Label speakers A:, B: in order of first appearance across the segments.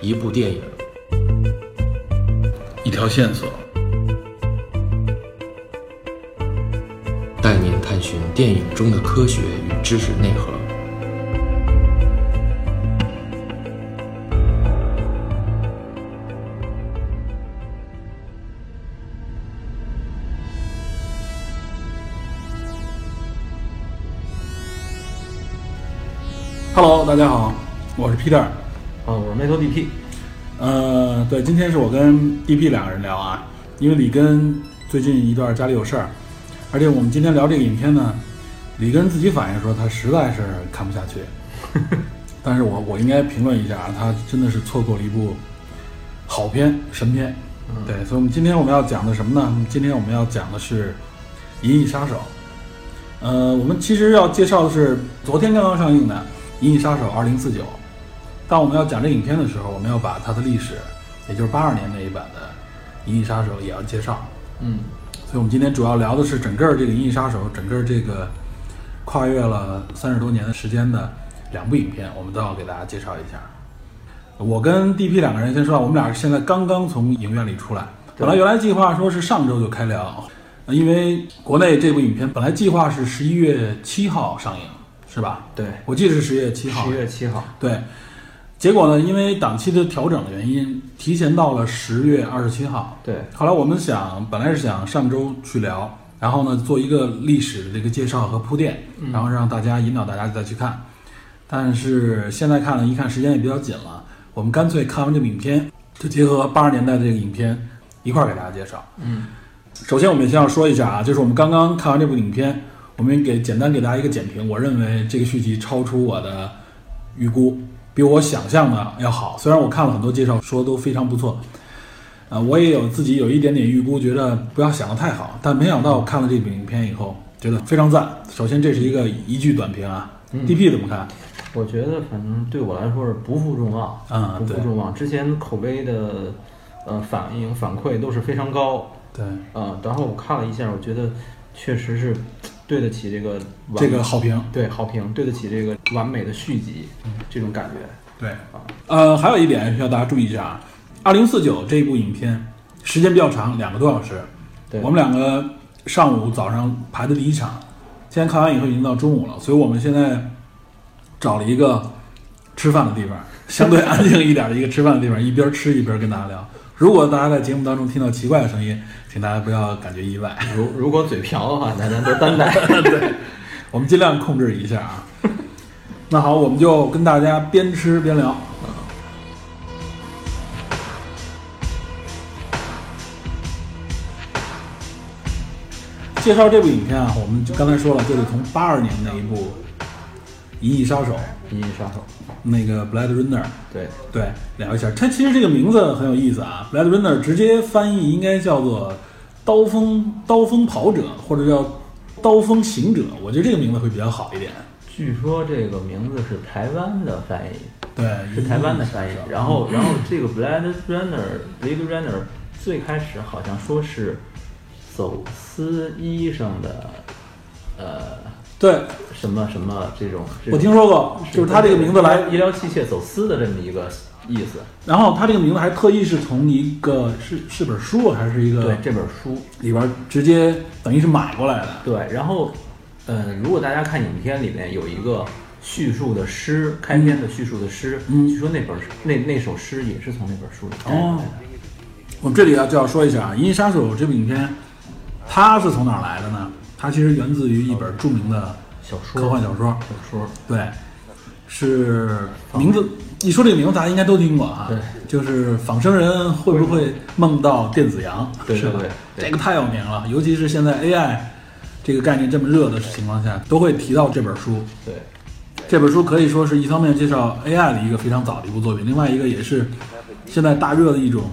A: 一部电影，
B: 一条线索，
A: 带您探寻电影中的科学与知识内核。
B: Hello，大家好，我是 Peter。
C: 啊，我是麦头 DP，
B: 呃，对，今天是我跟 DP 两个人聊啊，因为里根最近一段家里有事儿，而且我们今天聊这个影片呢，里根自己反映说他实在是看不下去，但是我我应该评论一下啊，他真的是错过了一部好片神片。对，所以我们今天我们要讲的什么呢？今天我们要讲的是《银翼杀手》。呃，我们其实要介绍的是昨天刚刚上映的《银翼杀手2049》。当我们要讲这影片的时候，我们要把它的历史，也就是八二年那一版的《银翼杀手》也要介绍。
C: 嗯，
B: 所以我们今天主要聊的是整个这个《银翼杀手》，整个这个跨越了三十多年的时间的两部影片，我们都要给大家介绍一下。我跟 DP 两个人先说啊，我们俩现在刚刚从影院里出来，本来原来计划说是上周就开聊，呃因为国内这部影片本来计划是十一月七号上映，是吧？
C: 对，
B: 我记得是十月七号
C: 十。月七号，
B: 对，结果呢，因为档期的调整的原因，提前到了十月二十七号。
C: 对，
B: 后来我们想，本来是想上周去聊，然后呢做一个历史的这个介绍和铺垫，然后让大家引导大家再去看。但是现在看了一看，时间也比较紧了，我们干脆看完这个影片，就结合八十年代这个影片一块儿给大家介绍。
C: 嗯，
B: 首先我们先要说一下啊，就是我们刚刚看完这部影片，我们给简单给大家一个简评。我认为这个续集超出我的预估，比我想象的要好。虽然我看了很多介绍，说都非常不错，啊、我也有自己有一点点预估，觉得不要想得太好，但没想到看了这部影片以后，觉得非常赞。首先，这是一个一句短评啊。DP 怎么看？
C: 我觉得反正对我来说是不负众望，
B: 啊
C: 不负
B: 对
C: 众望。之前口碑的呃反应反馈都是非常高，
B: 对，
C: 啊，然后我看了一下，我觉得确实是对得起这个完
B: 这个好评。
C: 对好评，对得起这个完美的续集
B: 嗯
C: 这种感觉。
B: 对，呃，还有一点需要大家注意一下啊，《二零四九》这一部影片时间比较长，两个多小时。
C: 对，
B: 我们两个上午早上排的第一场，现在看完以后已经到中午了，所以我们现在找了一个吃饭的地方，相对安静一点的一个吃饭的地方，一边吃一边跟大家聊。如果大家在节目当中听到奇怪的声音，请大家不要感觉意外，
C: 如如果嘴瓢的话，大家都担 待。
B: 我们尽量控制一下啊。那好，我们就跟大家边吃边聊。介绍这部影片啊，我们就刚才说了，就得从八二年那一部《银翼杀手》
C: 银翼杀手，
B: 那个 Blade Runner
C: 对，
B: 对聊一下。它其实这个名字很有意思啊，Blade Runner 直接翻译应该叫做刀锋刀锋跑者，或者叫刀锋行者。我觉得这个名字会比较好一点。
C: 据说这个名字是台湾的翻译，
B: 对，
C: 是台湾的翻译
B: 是吧。
C: 然后，然后这个 Blade Runner Blade Runner 最开始好像说是走私医生的，呃，
B: 对
C: 什么什么这种。这
B: 我
C: 种
B: 听说过，就是他这个名字来
C: 医，疗器械走私的这么一个意思。
B: 然后他这个名字还特意是从一个是是本书啊还是一个
C: 对这本书，
B: 里边直接等于是买过来的。
C: 对，然后，呃，如果大家看影片里面有一个叙述的诗，开篇的叙述的诗，
B: 嗯
C: 据说那本那那首诗也是从那本书里摘
B: 哦
C: 来的。
B: 我们这里要就要说一下啊，《银翼杀手》这部影片，它是从哪儿来的呢？它其实源自于一本著名的
C: 小说，
B: 科幻小说，
C: 小说，
B: 对，是 名字一说这个名字，大家应该都听过哈
C: 对。
B: 就是仿生人会不会梦到电子羊，
C: 对
B: 是吧
C: 对？对
B: 这个太有名了，尤其是现在 AI 这个概念这么热的情况下，都会提到这本书。
C: 对，
B: 这本书可以说是一方面介绍 AI 的一个非常早的一部作品，另外一个也是现在大热的一种，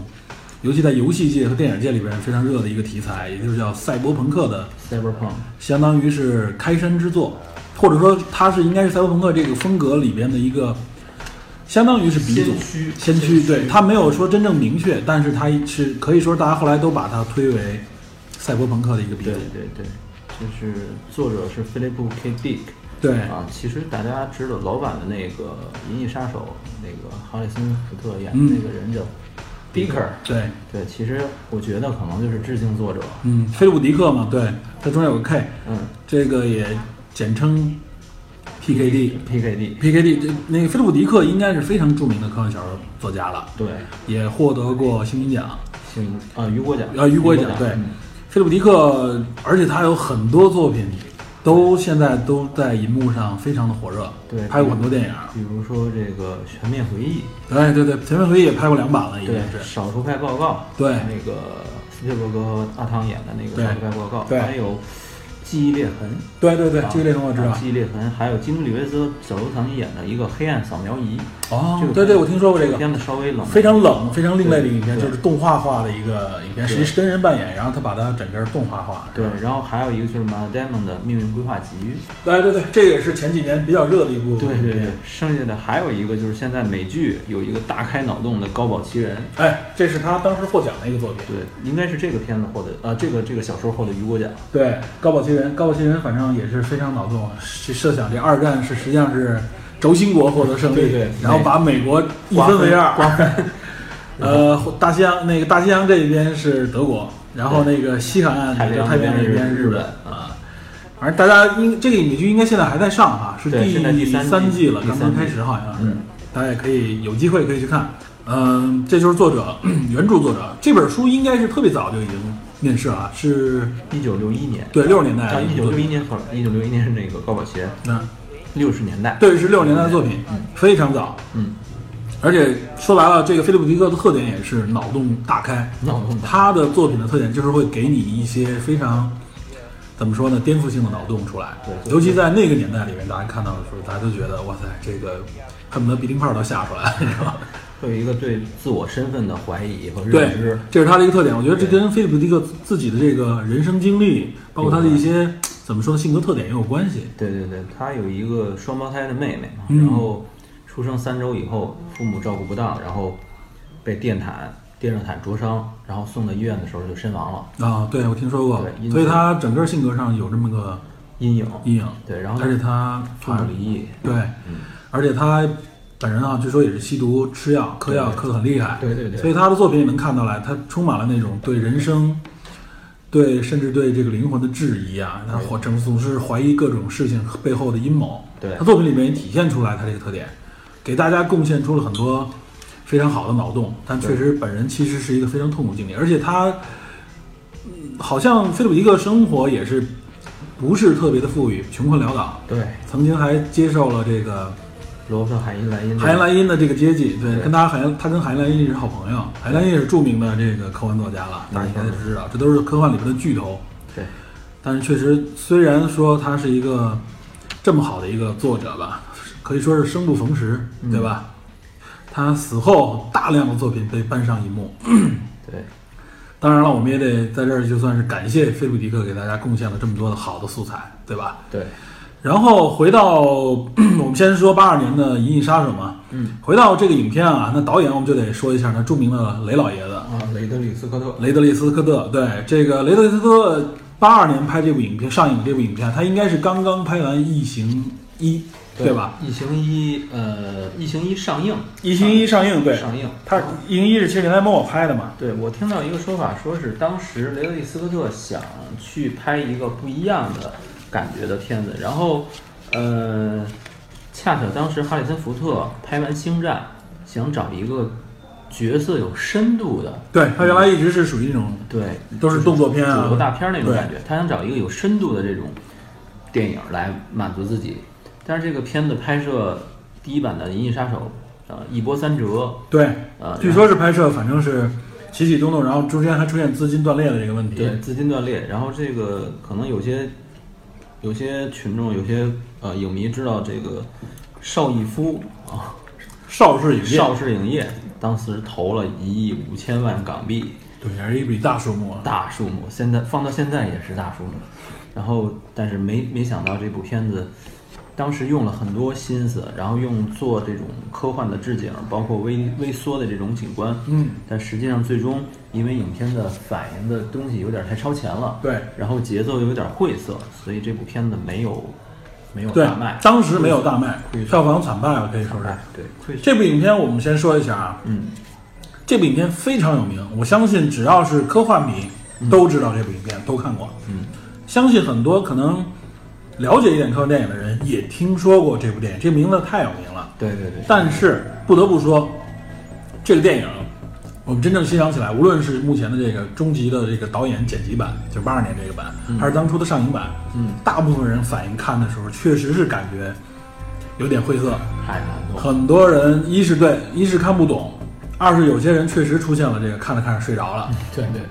B: 尤其在游戏界和电影界里边非常热的一个题材，也就是叫赛博朋克的，
C: cyberpunk，
B: 相当于是开山之作，或者说它是应该是赛博朋克这个风格里边的一个，相当于是鼻祖
C: 先驱
B: 先驱。对，它没有说真正明确，但是它是可以说大家后来都把它推为赛博朋克的一个鼻
C: 对
B: 祖。
C: 对对，就是作者是 Philip K. Dick，
B: 对，
C: 啊，其实大家知道老版的那个《银翼杀手》，那个哈里森福特演
B: 嗯
C: 的那个人叫 Baker，、
B: 对，
C: 对，其实我觉得可能就是致敬作者，
B: 嗯，菲利普迪克嘛，对，它中间有个 K，
C: 嗯
B: 这个也简称 PKD。
C: ，PKD，
B: PKD 这那个菲利普迪克应该是非常著名的科幻小说作家了，
C: 对，
B: 也获得过星云奖，
C: 姓啊雨果奖，
B: 呃，雨果奖。对，
C: 嗯
B: 菲利普迪克，而且他有很多作品都现在都在银幕上非常的火热，
C: 对
B: 拍过很多电影。哎
C: 比如说这个《全面回忆
B: 对对对，《前面回忆》也拍过两版了，》，已经
C: 对，《
B: 是。
C: 少数派报告》，
B: 对
C: 那个斯皮尔伯格和阿汤演的那个
B: 对
C: 《少数派报告》，
B: 对
C: 还有《记忆裂痕》。
B: 对对对，
C: 啊
B: 这个内容我知道
C: 啊。记忆裂痕，还有基努·里维斯、小罗唐尼演的一个黑暗扫描仪。
B: 哦
C: 这个，
B: 对对，我听说过这
C: 这
B: 个，
C: 片子稍微冷，
B: 非常冷、非常另类的一个影片，
C: 对
B: 就
C: 对
B: 是动画化的一个影片，
C: 对
B: 实际是真人扮演，然后他把它整个动画化。是
C: 对
B: 吧，
C: 然后还有一个就是《马 d a m o n 的命运规划集
B: 对对对，这个也是前几年比较热的一部》。
C: 对对
B: 影
C: 对
B: 片。，
C: 剩下的还有一个就是现在美剧有一个大开脑洞的《高保奇人》，
B: 哎，这是他当时获奖的一个作品。
C: 对，应该是这个片子获得呃这个这个小说获得雨果奖。
B: 对，《高保奇人》，《高保奇人》反正也是非常脑洞，去设想这二战是实际上是轴心国获得胜利，
C: 对对
B: 然后把美国一分为二，
C: 瓜分。
B: 呃，大西洋那个大西洋这一边是德国，然后那个西海岸
C: 太
B: 那个
C: 平洋
B: 太平洋
C: 那
B: 那
C: 边
B: 边
C: 是
B: 日
C: 日
B: 本
C: 本
B: 啊。反正大家应这个影剧应该现在还在上哈，是
C: 对现在第三季
B: 三季了，
C: 第
B: 刚
C: 三
B: 刚
C: 季
B: 开始好像是
C: 嗯，
B: 大家也可以有机会可以去看。嗯，这就是作者 原著作者这本书应该是特别早就已经面世了，啊是
C: 一九六一年，
B: 对六十年代
C: 啊，
B: 的
C: 一
B: 一部
C: 九
B: 作
C: 六
B: 品
C: 一年好，一九六一年是那个高保奇人，
B: 那
C: 六十年代。，
B: 对，是六十年代的作品，非常早。
C: 嗯，
B: 而且说白了，这个菲利普·迪克的特点也是脑洞大开。
C: 脑洞大
B: 他的作品的特点就是会给你一些非常怎么说呢，颠覆性的脑洞出来。
C: 对对
B: 尤其在那个年代里面，大家看到的时候，大家都觉得哇塞，这个恨不得鼻涕泡都吓出来，你知道吗？
C: 会有一个对自我身份的怀疑和认
B: 对
C: 知。，
B: 这是他的一个特点。我觉得这跟菲利普·迪克自己的这个人生经历，包括他的一些怎么说呢，性格特点也有关系。
C: 对对对，他有一个双胞胎的妹妹嘛，
B: 嗯
C: 然后出生三周以后，父母照顾不当，然后被电毯电热毯灼伤，然后送到医院的时候就身亡了，
B: 啊，对，我听说过
C: 对，因此
B: 所以他整个性格上有这么个
C: 阴影。
B: 阴影。
C: 对，然后
B: 嗯而且他
C: 父母离异。
B: 对，
C: 嗯
B: 而且他本人啊，据说也是吸毒、吃药、嗑药嗑得很厉害。
C: 对对对
B: 所以他的作品也能看到来，他充满了那种对人生、对甚至对这个灵魂的质疑啊，他或总总是怀疑各种事情背后的阴谋。
C: 对
B: 他作品里面也体现出来他这个特点，给大家贡献出了很多非常好的脑洞，但确实本人其实是一个非常痛苦的经历，而且他。嗯好像菲利普迪克生活也是不是特别的富裕，穷困潦倒，
C: 对，
B: 曾经还接受了这个
C: 罗伯特海因莱因。
B: 海因莱。因的这个接济，对，
C: 对
B: 跟他海因他跟海因莱因也是好朋友，海因莱因也是著名的这个科幻作家了，大家应该都知道，这都是科幻里边的巨头。
C: 对，
B: 但是确实，虽然说他是一个这么好的一个作者吧，可以说是生不逢时，
C: 嗯
B: 对吧？他死后大量的作品被搬上荧幕，
C: 对，
B: 当然了，我们也得在这儿就算是感谢菲利普迪克给大家贡献了这么多的好的素材，对吧？
C: 对，
B: 然后回到 我们先说八二年的《银翼杀手》嘛，
C: 嗯，
B: 回到这个影片啊，那导演我们就得说一下那著名的雷老爷子
C: 啊，雷德利·斯科特。
B: 雷德利·斯科特。对，这个雷德利·斯科特八二年拍这部影片上映这部影片，他应该是刚刚拍完《异形一》，对吧？？
C: 异形一，呃，异形一上映，
B: 《异形一》上映，对，
C: 上映。
B: 他《异形一》是七十年代末拍的嘛，
C: 对我听到一个说法，说是当时雷德利·斯科特想去拍一个不一样的感觉的片子，然后，呃，恰巧当时哈里森·福特拍完《星战》，想找一个角色有深度的，
B: 对他原来一直是属于那种
C: 对，
B: 都是动作片啊
C: 主流大片那种
B: 对
C: 感觉，他想找一个有深度的这种电影来满足自己。但是这个片子拍摄第一版的《银翼杀手》，呃，一波三折，
B: 对
C: 呃，
B: 据说是拍摄，反正是起起动动，然后中间还出现资金断裂的这个问题，
C: 对，资金断裂，然后这个可能有些有些群众、有些呃影迷知道这个邵逸夫啊，
B: 邵氏影业，
C: 邵氏影业当时投了一亿五千万港币，
B: 对，也是一笔大数目啊。
C: 大数目，现在放到现在也是大数目。然后，但是没没想到这部片子，当时用了很多心思，然后用做这种科幻的置景，包括微微缩的这种景观，
B: 嗯，
C: 但实际上最终因为影片的反映的东西有点太超前了，
B: 对
C: 然后节奏有点晦涩，所以这部片子没有没有
B: 对
C: 大卖，，
B: 当时没有大卖
C: 亏，损
B: 票房惨败了，可以说
C: 大
B: 是
C: 卖。对亏损，
B: 这部影片我们先说一下啊，
C: 嗯
B: 这部影片非常有名，我相信只要是科幻迷都知道这部影片，都看过。
C: 嗯，
B: 相信很多可能了解一点科幻电影的人也听说过这部电影，这名字太有名了。
C: 对对对，
B: 但是不得不说，这个电影我们真正欣赏起来，无论是目前的这个终极的这个导演剪辑版，就八二年这个版，还是当初的上映版，
C: 嗯，
B: 大部分人反应看的时候，确实是感觉有点晦涩。
C: 太难懂了，
B: 很多人一是对，一是看不懂，二是有些人确实出现了这个看着看着睡着了。
C: 对对，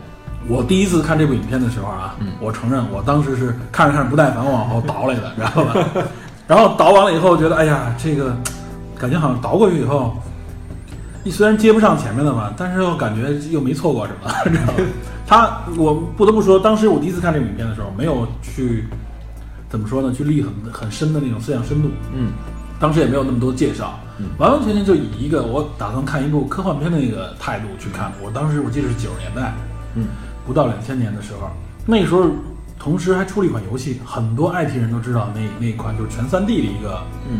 B: 我第一次看这部影片的时候啊，我承认我当时是看着看着不耐烦往后倒来的，知道吧？然后倒完了以后，觉得哎呀，这个感觉好像倒过去以后，你虽然接不上前面的吧，但是又感觉又没错过什么，知道吧？他，我不得不说，当时我第一次看这部影片的时候，没有去怎么说呢，去立很很深的那种思想深度，
C: 嗯
B: 当时也没有那么多介绍，完完全全就以一个我打算看一部科幻片的那个态度去看。我当时我记得是九十年代，
C: 嗯，
B: 不到两千年的时候，那时候同时还出了一款游戏，很多 IT 人都知道那那一款就是全 3D 的一个
C: 嗯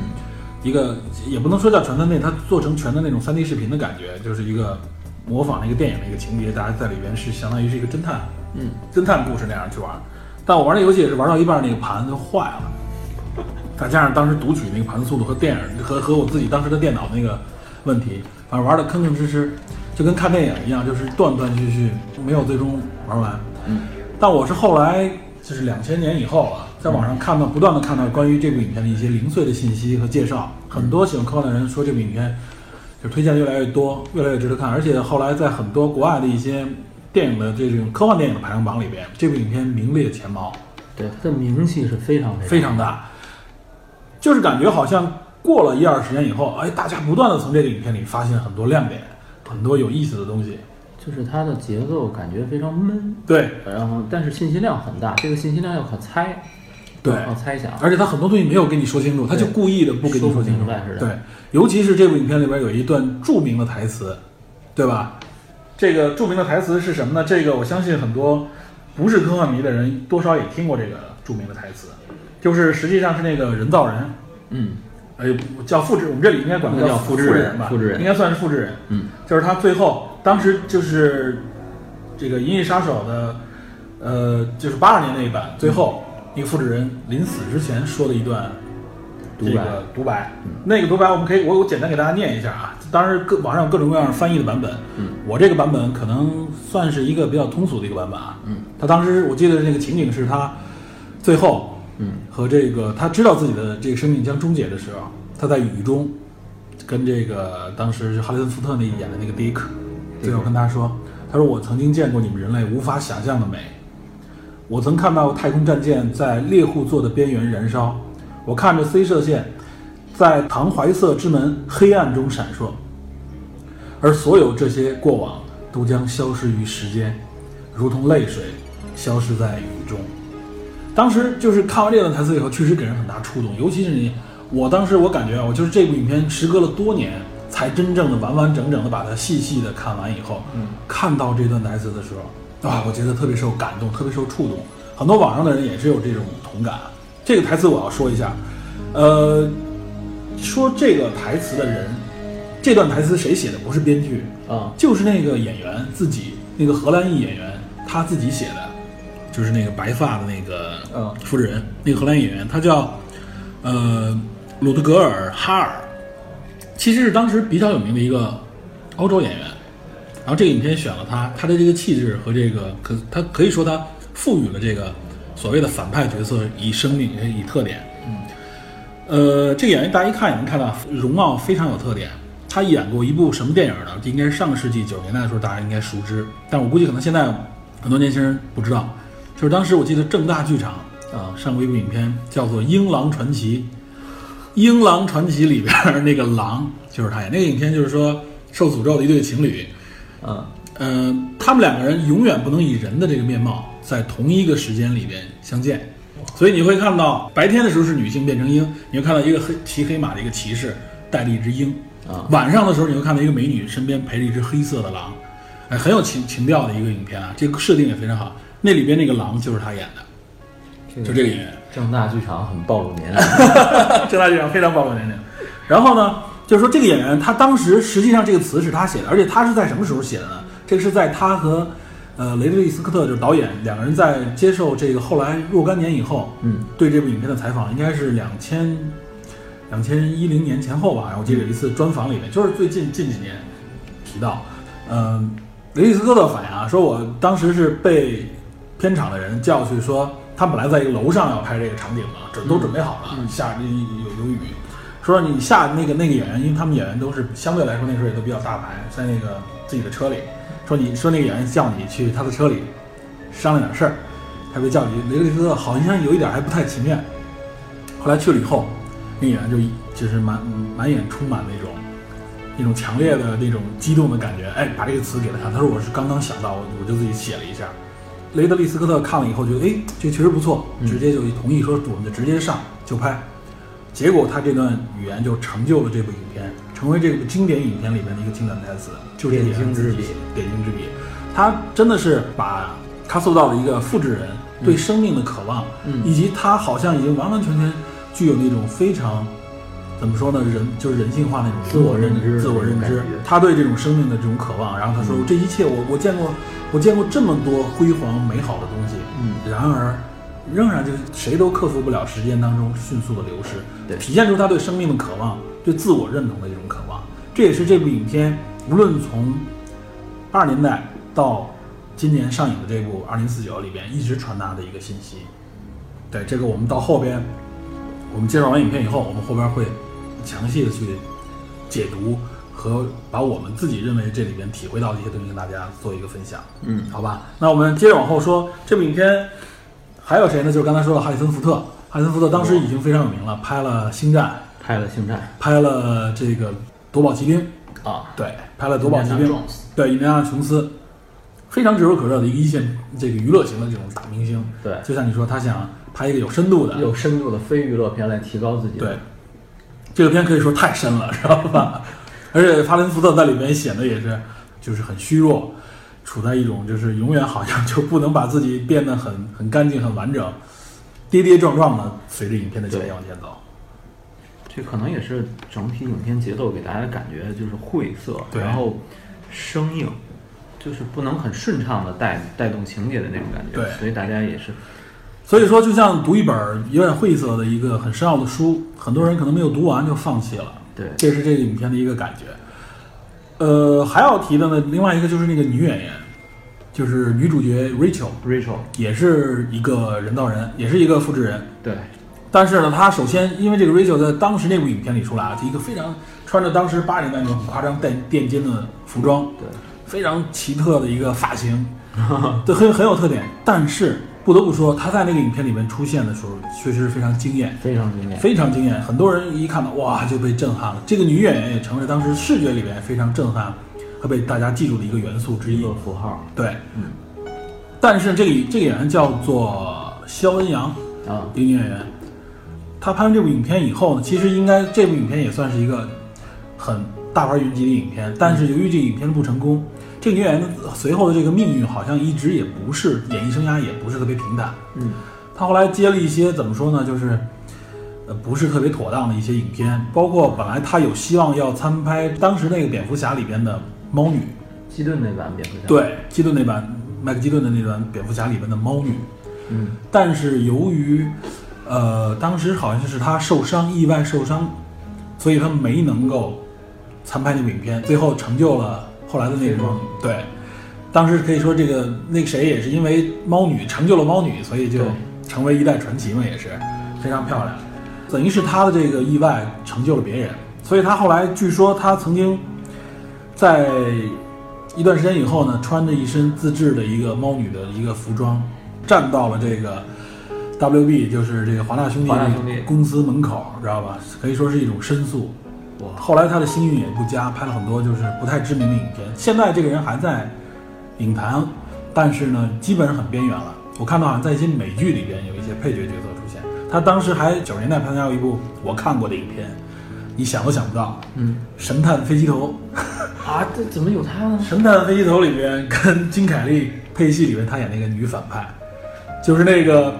B: 一个，也不能说叫全 3D，它做成全的那种 3D 视频的感觉，就是一个模仿那个电影的一个情节，大家在里边是相当于是一个侦探
C: 嗯，
B: 侦探故事那样去玩。但我玩那游戏也是玩到一半，那个盘就坏了，再加上当时读取那个盘速度和电影和和我自己当时的电脑那个问题，反正玩的吭吭哧哧，就跟看电影一样，就是断断续续，没有最终玩完。
C: 嗯，
B: 但我是后来就是两千年以后啊，在网上看到不断的看到关于这部影片的一些零碎的信息和介绍，很多喜欢科幻的人说这部影片就推荐的越来越多，越来越值得看。而且后来在很多国外的一些电影的这种科幻电影的排行榜里边，这部影片名列前茅，
C: 对，它的名气是非常
B: 非常大。就是感觉好像过了一二十年以后，哎，大家不断的从这个影片里发现很多亮点，很多有意思的东西。
C: 就是它的节奏感觉非常闷，
B: 对
C: 然后但是信息量很大，这个信息量要靠猜，
B: 对，
C: 靠猜想，
B: 而且他很多东西没有跟你说清楚，他就
C: 对
B: 故意的不跟你
C: 说不
B: 清楚
C: 明白似。的
B: 对，尤其是这部影片里边有一段著名的台词，对吧？这个著名的台词是什么呢？这个我相信很多不是科幻迷的人多少也听过这个著名的台词，就是实际上是那个人造人，
C: 嗯
B: 哎，叫复制，我们这里应该管它
C: 那叫
B: 复
C: 复制人
B: 人吧，
C: 复制人
B: 应该算是复制人。
C: 嗯，
B: 就是他最后当时就是这个《银翼杀手》的，呃，就是八二年那一版，最
C: 嗯
B: 后一个复制人临死之前说的一段
C: 独
B: 这
C: 白嗯
B: 个独白。那个独白我们可以，我我简单给大家念一下啊。当然各网上有各种各样的翻译的版本，
C: 嗯，
B: 我这个版本可能算是一个比较通俗的一个版本啊。
C: 嗯，
B: 他当时我记得那个情景是他最后
C: 嗯
B: 和这个他知道自己的这个生命将终结的时候，他在雨中跟这个当时哈里森福特那演的那个迪克，最后跟他说，他说我曾经见过你们人类无法想象的美，我曾看到太空战舰在猎户座的边缘燃烧，我看着 C 射线在唐怀瑟之门黑暗中闪烁，而所有这些过往都将消失于时间，如同泪水消失在雨中。当时就是看完这段台词以后，确实给人很大触动，尤其是你，我当时我感觉啊，我就是这部影片时隔了多年，才真正的完完整整的把它细细的看完以后，
C: 嗯，
B: 看到这段台词的时候，啊，我觉得特别受感动，特别受触动。很多网上的人也是有这种同感。这个台词我要说一下，呃，说这个台词的人，这段台词谁写的？不是编剧，
C: 啊
B: 就是那个演员自己，那个荷兰裔演员他自己写的，就是那个白发的那个
C: 嗯
B: 复制人，那个荷兰演员，他叫呃鲁德格尔·哈尔，其实是当时比较有名的一个欧洲演员。然后这个影片选了他，他的这个气质和这个可他可以说他赋予了这个所谓的反派角色以生命以特点。呃，这个演员大家一看也能看到，容貌非常有特点。他演过一部什么电影呢？应该是上世纪九十年代的时候，大家应该熟知，但我估计可能现在很多年轻人不知道。就是当时我记得正大剧场啊、上过一部影片，叫做《英狼传奇》。《英狼传奇》里边儿那个狼就是他演。那个影片就是说受诅咒的一对情侣，
C: 嗯
B: 呃，他们两个人永远不能以人的这个面貌在同一个时间里边相见，所以你会看到白天的时候是女性变成鹰，你会看到一个黑骑黑马的一个骑士带着一只鹰，
C: 啊
B: 晚上的时候你会看到一个美女身边陪着一只黑色的狼，哎，很有情情调的一个影片啊，这个设定也非常好。那里边那个狼就是他演的，
C: 嗯
B: 就这个演员。
C: 正大剧场很暴露年龄，
B: 正大剧场非常暴露年龄。然后呢，就是说这个演员他当时实际上这个词是他写的，而且他是在什么时候写的呢？这个是在他和呃雷德利·斯科特就是导演两个人在接受这个后来若干年以后，
C: 嗯，
B: 对这部影片的采访，应该是两千两千一零年前后吧。然后记得有一次专访里面，就是最近近几年提到，嗯、雷利·斯科特反映啊，说我当时是被片场的人叫去说，他本来在一个楼上要拍这个场景了，准都准备好了，下着有有雨，说你下那个那个演员，因为他们演员都是相对来说那时候也都比较大牌，在那个自己的车里，说你说那个演员叫你去他的车里商量点事儿，他被叫去，雷德利·斯科特好像有一点还不太情愿，后来去了以后，那演员就一就是满满眼充满那种那种强烈的那种激动的感觉，哎，把这个词给了他。他说我是刚刚想到，我我就自己写了一下。雷德利·斯科特看了以后觉得，哎，这确实不错，直接就同意说我们就直接上就拍。结果他这段语言就成就了这部影片，成为这部经典影片里面的一个经典台词，就是这个演员自己
C: 典型之笔
B: 点睛之笔。他真的是把他塑造了一个复制人对生命的渴望，
C: 嗯
B: 以及他好像已经完完全全具有那种非常怎么说呢，人就是人性化那种
C: 自我认知
B: 嗯自我认
C: 那种
B: 知嗯
C: 感觉，
B: 他对这种生命的这种渴望。然后他说：“这一切我我见过，我见过这么多辉煌美好的东西，
C: 嗯，
B: 然而仍然就是谁都克服不了时间当中迅速的流逝，
C: 对
B: 体现出他对生命的渴望，对自我认同的一种渴望。这也是这部影片无论从八十年代到今年上映的这部《二零四九》里边一直传达的一个信息。对，这个我们到后边我们介绍完影片以后，我们后边会详细的去解读和把我们自己认为这里边体会到的一些东西跟大家做一个分享。
C: 嗯，
B: 好吧，那我们接着往后说，这部影片还有谁呢？就是刚才说的哈里森·福特。哈里森·福特当时已经非常有名了，拍了《星战
C: 拍了星战》，
B: 拍了这个《夺宝奇兵》，
C: 啊，
B: 对，拍了《夺宝奇兵》
C: 印第安纳琼斯，
B: 对，《印第安纳琼斯》，非常炙手可热的一个一线这个娱乐型的这种大明星。
C: 对，
B: 就像你说，他想拍一个有深度的，
C: 有深度的非娱乐片来提高自己的
B: 对，这个片可以说太深了，知道吧？而且哈林福特在里面显得也是，就是很虚弱，处在一种就是永远好像就不能把自己变得很很干净、很完整，跌跌撞撞的随着影片的前
C: 对
B: 进往前走。
C: 这可能也是整体影片节奏给大家的感觉就是晦涩，
B: 对
C: 然后生硬，就是不能很顺畅的带带动情节的那种感觉。
B: 对
C: 所以大家也是
B: 所以说，就像读一本有点晦涩的一个很深奥的书，很多人可能没有读完就放弃了。
C: 对
B: 这是这个影片的一个感觉。呃，还要提的呢，另外一个就是那个女演员，就是女主角 Rachel，
C: Rachel
B: 也是一个人造人，也是一个复制人。
C: 对
B: 但是呢，他首先因为这个 Rachel 在当时那部影片里出来啊，就一个非常穿着当时八十年代那种很夸张带垫肩的服装，
C: 对
B: 非常奇特的一个发型，对，很很有特点。但是不得不说，他在那个影片里面出现的时候，确实是非常惊艳，
C: 非常经典。
B: 非常惊艳。很多人一看到哇就被震撼了。这个女演员也成为了当时视觉里面非常震撼和被大家记住的一个元素之
C: 一
B: 一
C: 个。符号
B: 对，
C: 嗯
B: 但是这个这个演员叫做肖恩杨，
C: 啊，
B: 一个女演员，她拍完这部影片以后呢，其实应该这部影片也算是一个很大牌云集的影片，但是由于这个影片的不成功，这个女演员的随后的这个命运好像一直也不是演艺生涯也不是特别平坦，
C: 嗯
B: 她后来接了一些怎么说呢，就是。呃，不是特别妥当的一些影片，包括本来她有希望要参拍当时那个蝙蝠侠里边的猫女，
C: 基顿那版蝙蝠侠，，
B: 对，基顿那版麦克基顿的那版蝙蝠侠里面的猫女，
C: 嗯
B: 但是由于，呃，当时好像是他受伤，意外受伤，所以他没能够参拍那部影片，最后成就了后来的那个
C: 黑猫女
B: 对，当时可以说这个那个谁也是因为猫女成就了猫女，所以就
C: 对
B: 成为一代传奇嘛，也是非常漂亮。等于是他的这个意外成就了别人，所以他后来据说他曾经在一段时间以后呢，穿着一身自制的一个猫女的一个服装，站到了这个 WB，就是这个华纳兄弟
C: 华纳兄弟
B: 公司门口，知道吧？可以说是一种申诉。
C: 哇，
B: 后来他的星运也不佳，拍了很多就是不太知名的影片。现在这个人还在影坛，但是呢，基本上很边缘了。我看到好像在一些美剧里边有一些配角角色出现。他当时还九十年代参加过一部我看过的影片，你想都想不到，
C: 嗯
B: 《神探飞机头》。
C: 啊，这怎么有他呢？
B: 《神探飞机头》里面跟金凯利配戏里面，他演那个女反派，就是那个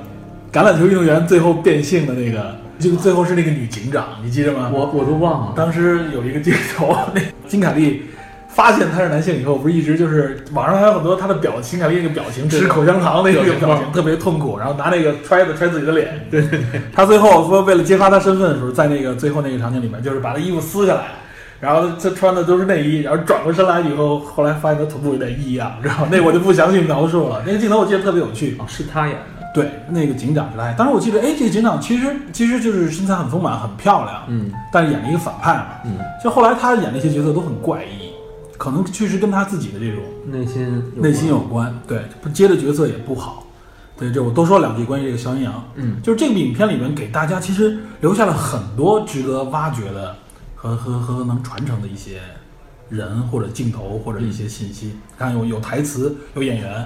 B: 橄榄球运动员最后变性的那个，就最后是那个女警长，你记着吗？
C: 我我都忘了。
B: 当时有一个镜头， 那金凯利发现他是男性以后，不是一直就是网上还有很多他的表情，金凯利那个表情，
C: 对
B: 吃口香糖那个
C: 表情包
B: 表情特别痛苦，然后拿那个揣子揣自己的脸。对对对。他最后说为了揭发他身份的时候，在那个最后那个场景里面，就是把他衣服撕下来。然后他穿的都是内衣，然后转过身来以后，后来发现他头部有点异样，知道吗？那我就不详细描述了。那 个镜头我记得特别有趣，
C: 哦，是他演的。
B: 对，那个警长是他演。当时我记得，哎，这个警长其实其实就是身材很丰满，很漂亮，
C: 嗯
B: 但是演了一个反派嘛。
C: 嗯，
B: 就后来他演那些角色都很怪异，可能确实跟他自己的这种
C: 嗯内心
B: 内心有关。对，接的角色也不好。对，这我多说两句关于这个肖恩阳。
C: 嗯
B: 就是这部影片里面给大家其实留下了很多值得挖掘的和和和能传承的一些人或者镜头或者一些信息。看有有台词，有演员，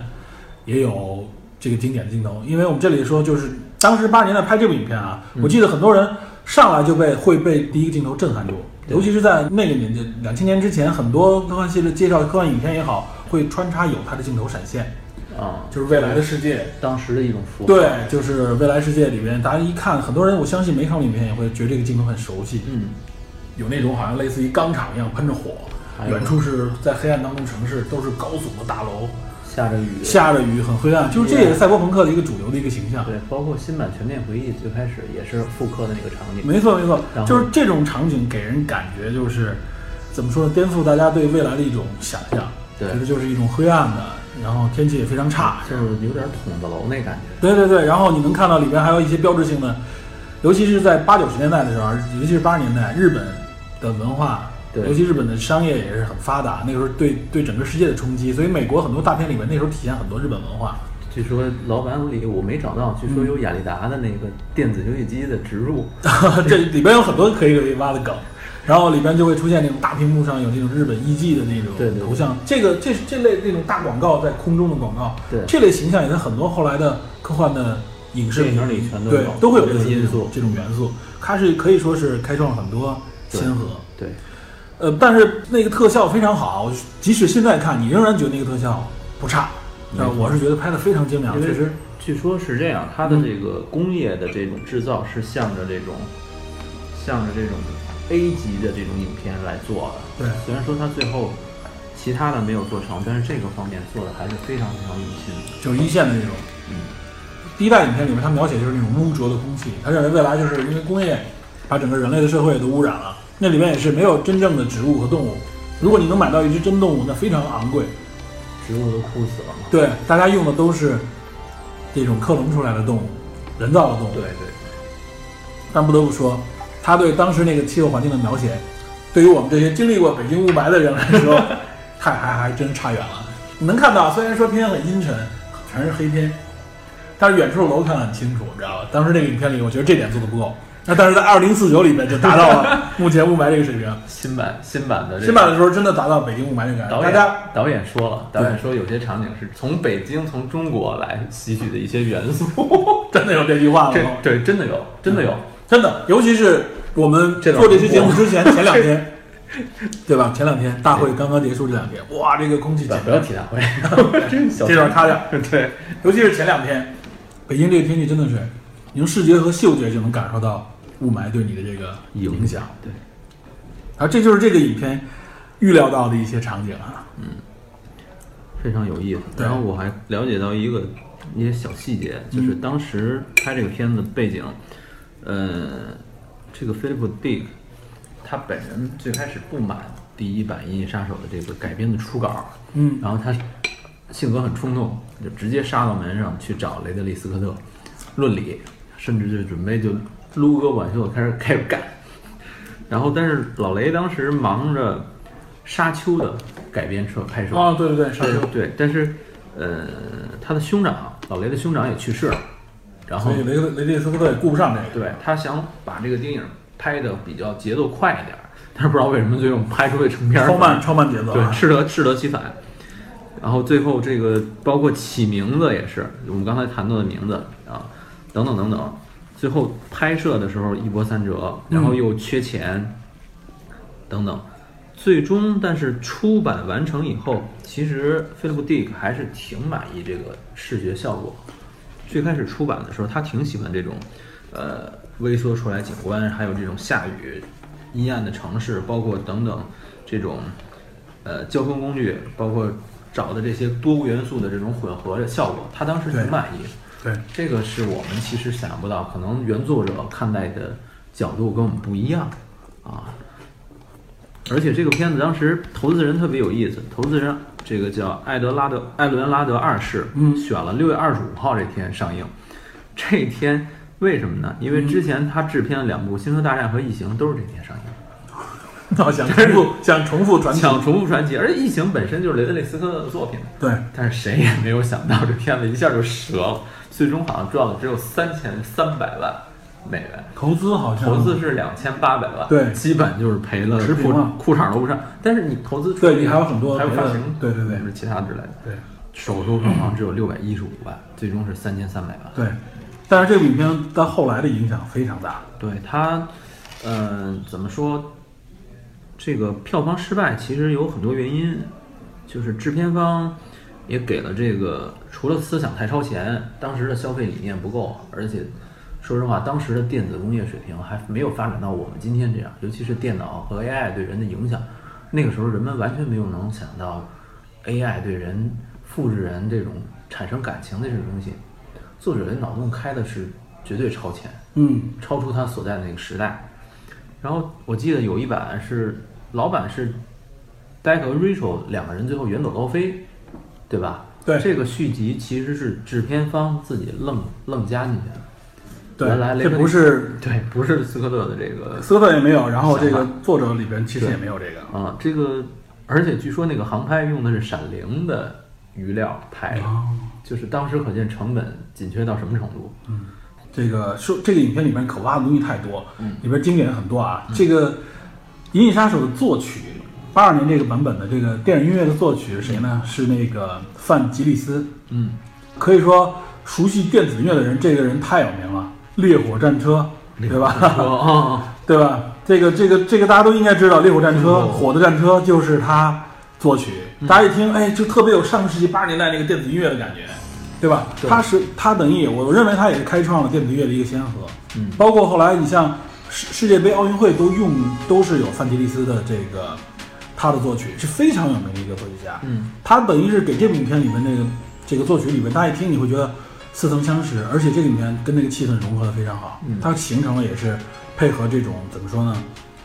B: 也有这个经典的镜头。因为我们这里说就是当时八十年代拍这部影片啊，我记得很多人上来就被会被第一个镜头震撼住，
C: 对
B: 尤其是在那个年纪两千年之前，很多科幻系列介绍科幻影片也好，会穿插有它的镜头闪现，
C: 啊，
B: 就是未来的世界。
C: 当时的一种符号。
B: 对，就是未来世界里边，大家一看，很多人我相信没看过影片也会觉得这个镜头很熟悉，
C: 嗯，
B: 有那种好像类似于钢厂一样喷着火，
C: 哎呦
B: 远处是在黑暗当中城市，都是高耸的大楼，
C: 下着雨。
B: 下着雨，很灰暗，就是这也是赛博朋克的一个主流的一个形象。
C: 对，包括新版《全面回忆》最开始也是复刻的那个场景。
B: 没错没错
C: 然，后
B: 就是这种场景给人感觉就是怎么说呢，颠覆大家对未来的一种想象，
C: 对
B: 觉得就是一种灰暗的，然后天气也非常差，
C: 就是有点筒子楼那感觉。
B: 对对对，然后你能看到里边还有一些标志性的，尤其是在八九十年代的时候，尤其是八十年代，日本的文化，
C: 对
B: 尤其日本的商业也是很发达，那个时候对对整个世界的冲击，所以美国很多大片里面那时候体现很多日本文化。
C: 据说老版里我没找到，据说有雅利达的那个电子游戏机的植入。
B: 这里边有很多可以可以挖的梗，然后里边就会出现那种大屏幕上有那种日本艺伎的那种
C: 对对对
B: 头像，这个这这类那种大广告在空中的广告，
C: 对
B: 这类形象也在很多后来的科幻的影视
C: 电影里全都有
B: 对都会有
C: 这
B: 这
C: 个
B: 种
C: 因素
B: 这种元素，它是可以说是开创了很多
C: 对
B: 先河。
C: 对，
B: 呃，但是那个特效非常好，即使现在看，你仍然觉得那个特效不差。但
C: 没错
B: 我是觉得拍的非常精良，
C: 因为嗯
B: 确实，
C: 据说是这样，它的这个工业的这种制造是向着这种，向着这种 A 级的这种影片来做的。
B: 对
C: 虽然说它最后其他的没有做成，但是这个方面做的还是非常非常用心的。
B: 就是一线的那种。
C: 嗯，
B: 第一代影片里面，他描写就是那种污浊的空气。他认为未来就是因为工业把整个人类的社会都污染了，那里面也是没有真正的植物和动物。如果你能买到一只真动物，那非常昂贵。
C: 植物都枯死了嘛。
B: 对，大家用的都是这种克隆出来的动物，人造的动物。
C: 对对，
B: 但不得不说，他对当时那个气候环境的描写，对于我们这些经历过北京雾霾的人来说，太还还真差远了。你能看到，虽然说天很阴沉，全是黑天，但是远处楼看得很清楚，你知道吧？当时那个影片里，我觉得这点做的不够。那但是在二零四九里面就达到了目前雾霾这个水 平。
C: 新版新版的这个
B: 新版的时候真的达到北京雾霾这个感觉，
C: 导
B: 大
C: 演
B: 家
C: 导演说了，导演
B: 对
C: 说有些场景是从北京从中国来吸取的一些 元素，
B: 真的有这句话了
C: 这
B: 吗？
C: 对真的有真的有，
B: 真的，尤其是我们
C: 这两
B: 做这期节
C: 天
B: 目之前前 两天，对吧？前两天大会刚刚结束，这两天哇，这个空气
C: 不
B: 简
C: 要不
B: 直
C: 要提大会， 真小
B: 这段咔
C: 他
B: 掉。
C: 对
B: 尤其是前两天，北京这个天气真的是，你用视觉和嗅觉就能感受到雾霾对你的这个影响。
C: 对，
B: 然后这就是这个影片预料到的一些场景啊。
C: 非常有意思。
B: 对嗯
C: 然后我还了解到一个一些小细节，就是当时拍这个片子背景，呃，这个 Philip Dick 他本人最开始不满第一版《银翼杀手》的这个改编的初稿，
B: 嗯，
C: 然后他性格很冲动，就直接杀到门上去找雷德利·斯科特论理，甚至就准备就撸胳膊挽袖开始开始干。然后，但是老雷当时忙着《沙丘》的改编摄拍摄，
B: 哦，对对对，上
C: 对
B: 周，
C: 对，但是呃，他的兄长老雷的兄长也去世了，然后
B: 所以雷克雷利斯科特也顾不上这个。
C: 对他想把这个电影拍的比较节奏快一点儿，但是不知道为什么最后拍出了成片儿
B: 超 慢超慢节奏、
C: 对，
B: 啊，
C: 适得适得其反。然后最后这个包括起名字也是，我们刚才谈到的名字啊，等等等等。最后拍摄的时候一波三折，然后又缺钱，等等。最终，但是出版完成以后，其实 Philip Dick 还是挺满意这个视觉效果，最开始出版的时候，他挺喜欢这种，呃，微缩出来景观，还有这种下雨、阴暗的城市，包括等等这种，呃，交通工具，包括找的这些多元素的这种混合的效果，他当时
B: 对
C: 挺满意。
B: 对，
C: 这个是我们其实想不到，可能原作者看待的角度跟我们不一样啊。而且这个片子当时投资人特别有意思，投资人这个叫艾德拉德艾伦拉德二世，
B: 嗯
C: 选了六月二十五号这天上映。这一天为什么呢？因为
B: 嗯
C: 之前他制片了两部《星球大战》和《异形》，都是这天上映。
B: 那想重复想重复传奇，
C: 想重复传奇，而且《异形》本身就是雷德利·斯科特的作品，
B: 对，
C: 但是谁也没有想到这片子一下就折了，最终好像赚了只有三千三百万美元，
B: 投资好像
C: 投资是两千八百万，
B: 对
C: 基本就是赔了
B: 持平
C: 裤
B: 了
C: 裤衩都不剩。但是你投资出
B: 对
C: 去
B: 你还有很多
C: 还有
B: 别的
C: 发行，
B: 对对对
C: 或者其他之类的，
B: 对
C: 首周票房只有六百一十五万，最终是三千三百万。
B: 对，但是这部影片在后来的影响非常大，
C: 对它，嗯、怎么说？这个票房失败其实有很多原因，就是制片方也给了这个，除了思想太超前，当时的消费理念不够，而且说实话，当时的电子工业水平还没有发展到我们今天这样，尤其是电脑和 AI 对人的影响，那个时候人们完全没有能想到 AI 对人复制人这种产生感情的这种东西，作者的脑洞开的是绝对超前，
B: 嗯，
C: 超出他所在的那个时代。然后我记得有一版是老版是 Deck 和 Rachel 两个人最后远走高飞，对吧？
B: 对
C: 这个续集其实是制片方自己愣愣加进去的。
B: 对，
C: 原来雷
B: 这
C: 德利
B: 不是
C: 对，不是斯科特的这个
B: 斯科特也没有，然后这
C: 想
B: 个
C: 法
B: 作者里边其实也没有这个，
C: 啊，这个而且据说那个航拍用的是《闪灵》的余料拍的，
B: 哦
C: 就是当时可见成本紧缺到什么程度。
B: 这个说这个影片里面可挖的东西太多，里边经典很多啊。这个《银翼杀手》的作曲，八二年这个版本的这个电影音乐的作曲是谁呢？是那个范吉利斯。
C: 嗯，
B: 可以说熟悉电子音乐的人，这个人太有名了，《烈火战车》对吧？
C: 说啊，
B: 对吧？这个这个这个大家都应该知道，《烈火战车》
C: 哦
B: 火的战车就是他作曲。
C: 嗯
B: 大家一听，哎，就特别有上个世纪八十年代那个电子音乐的感觉，对吧？
C: 对
B: 他是他等于也我认为他也是开创了电子乐的一个先河。
C: 嗯
B: 包括后来你像世世界杯、奥运会都用都是有范迪利斯的这个他的作曲，是非常有名的一个作曲家。
C: 嗯，
B: 他等于是给这部影片里面那个这个作曲里面，大家一听你会觉得似曾相识，而且这个里面跟那个气氛融合的非常好，
C: 嗯
B: 它形成了也是配合这种怎么说呢，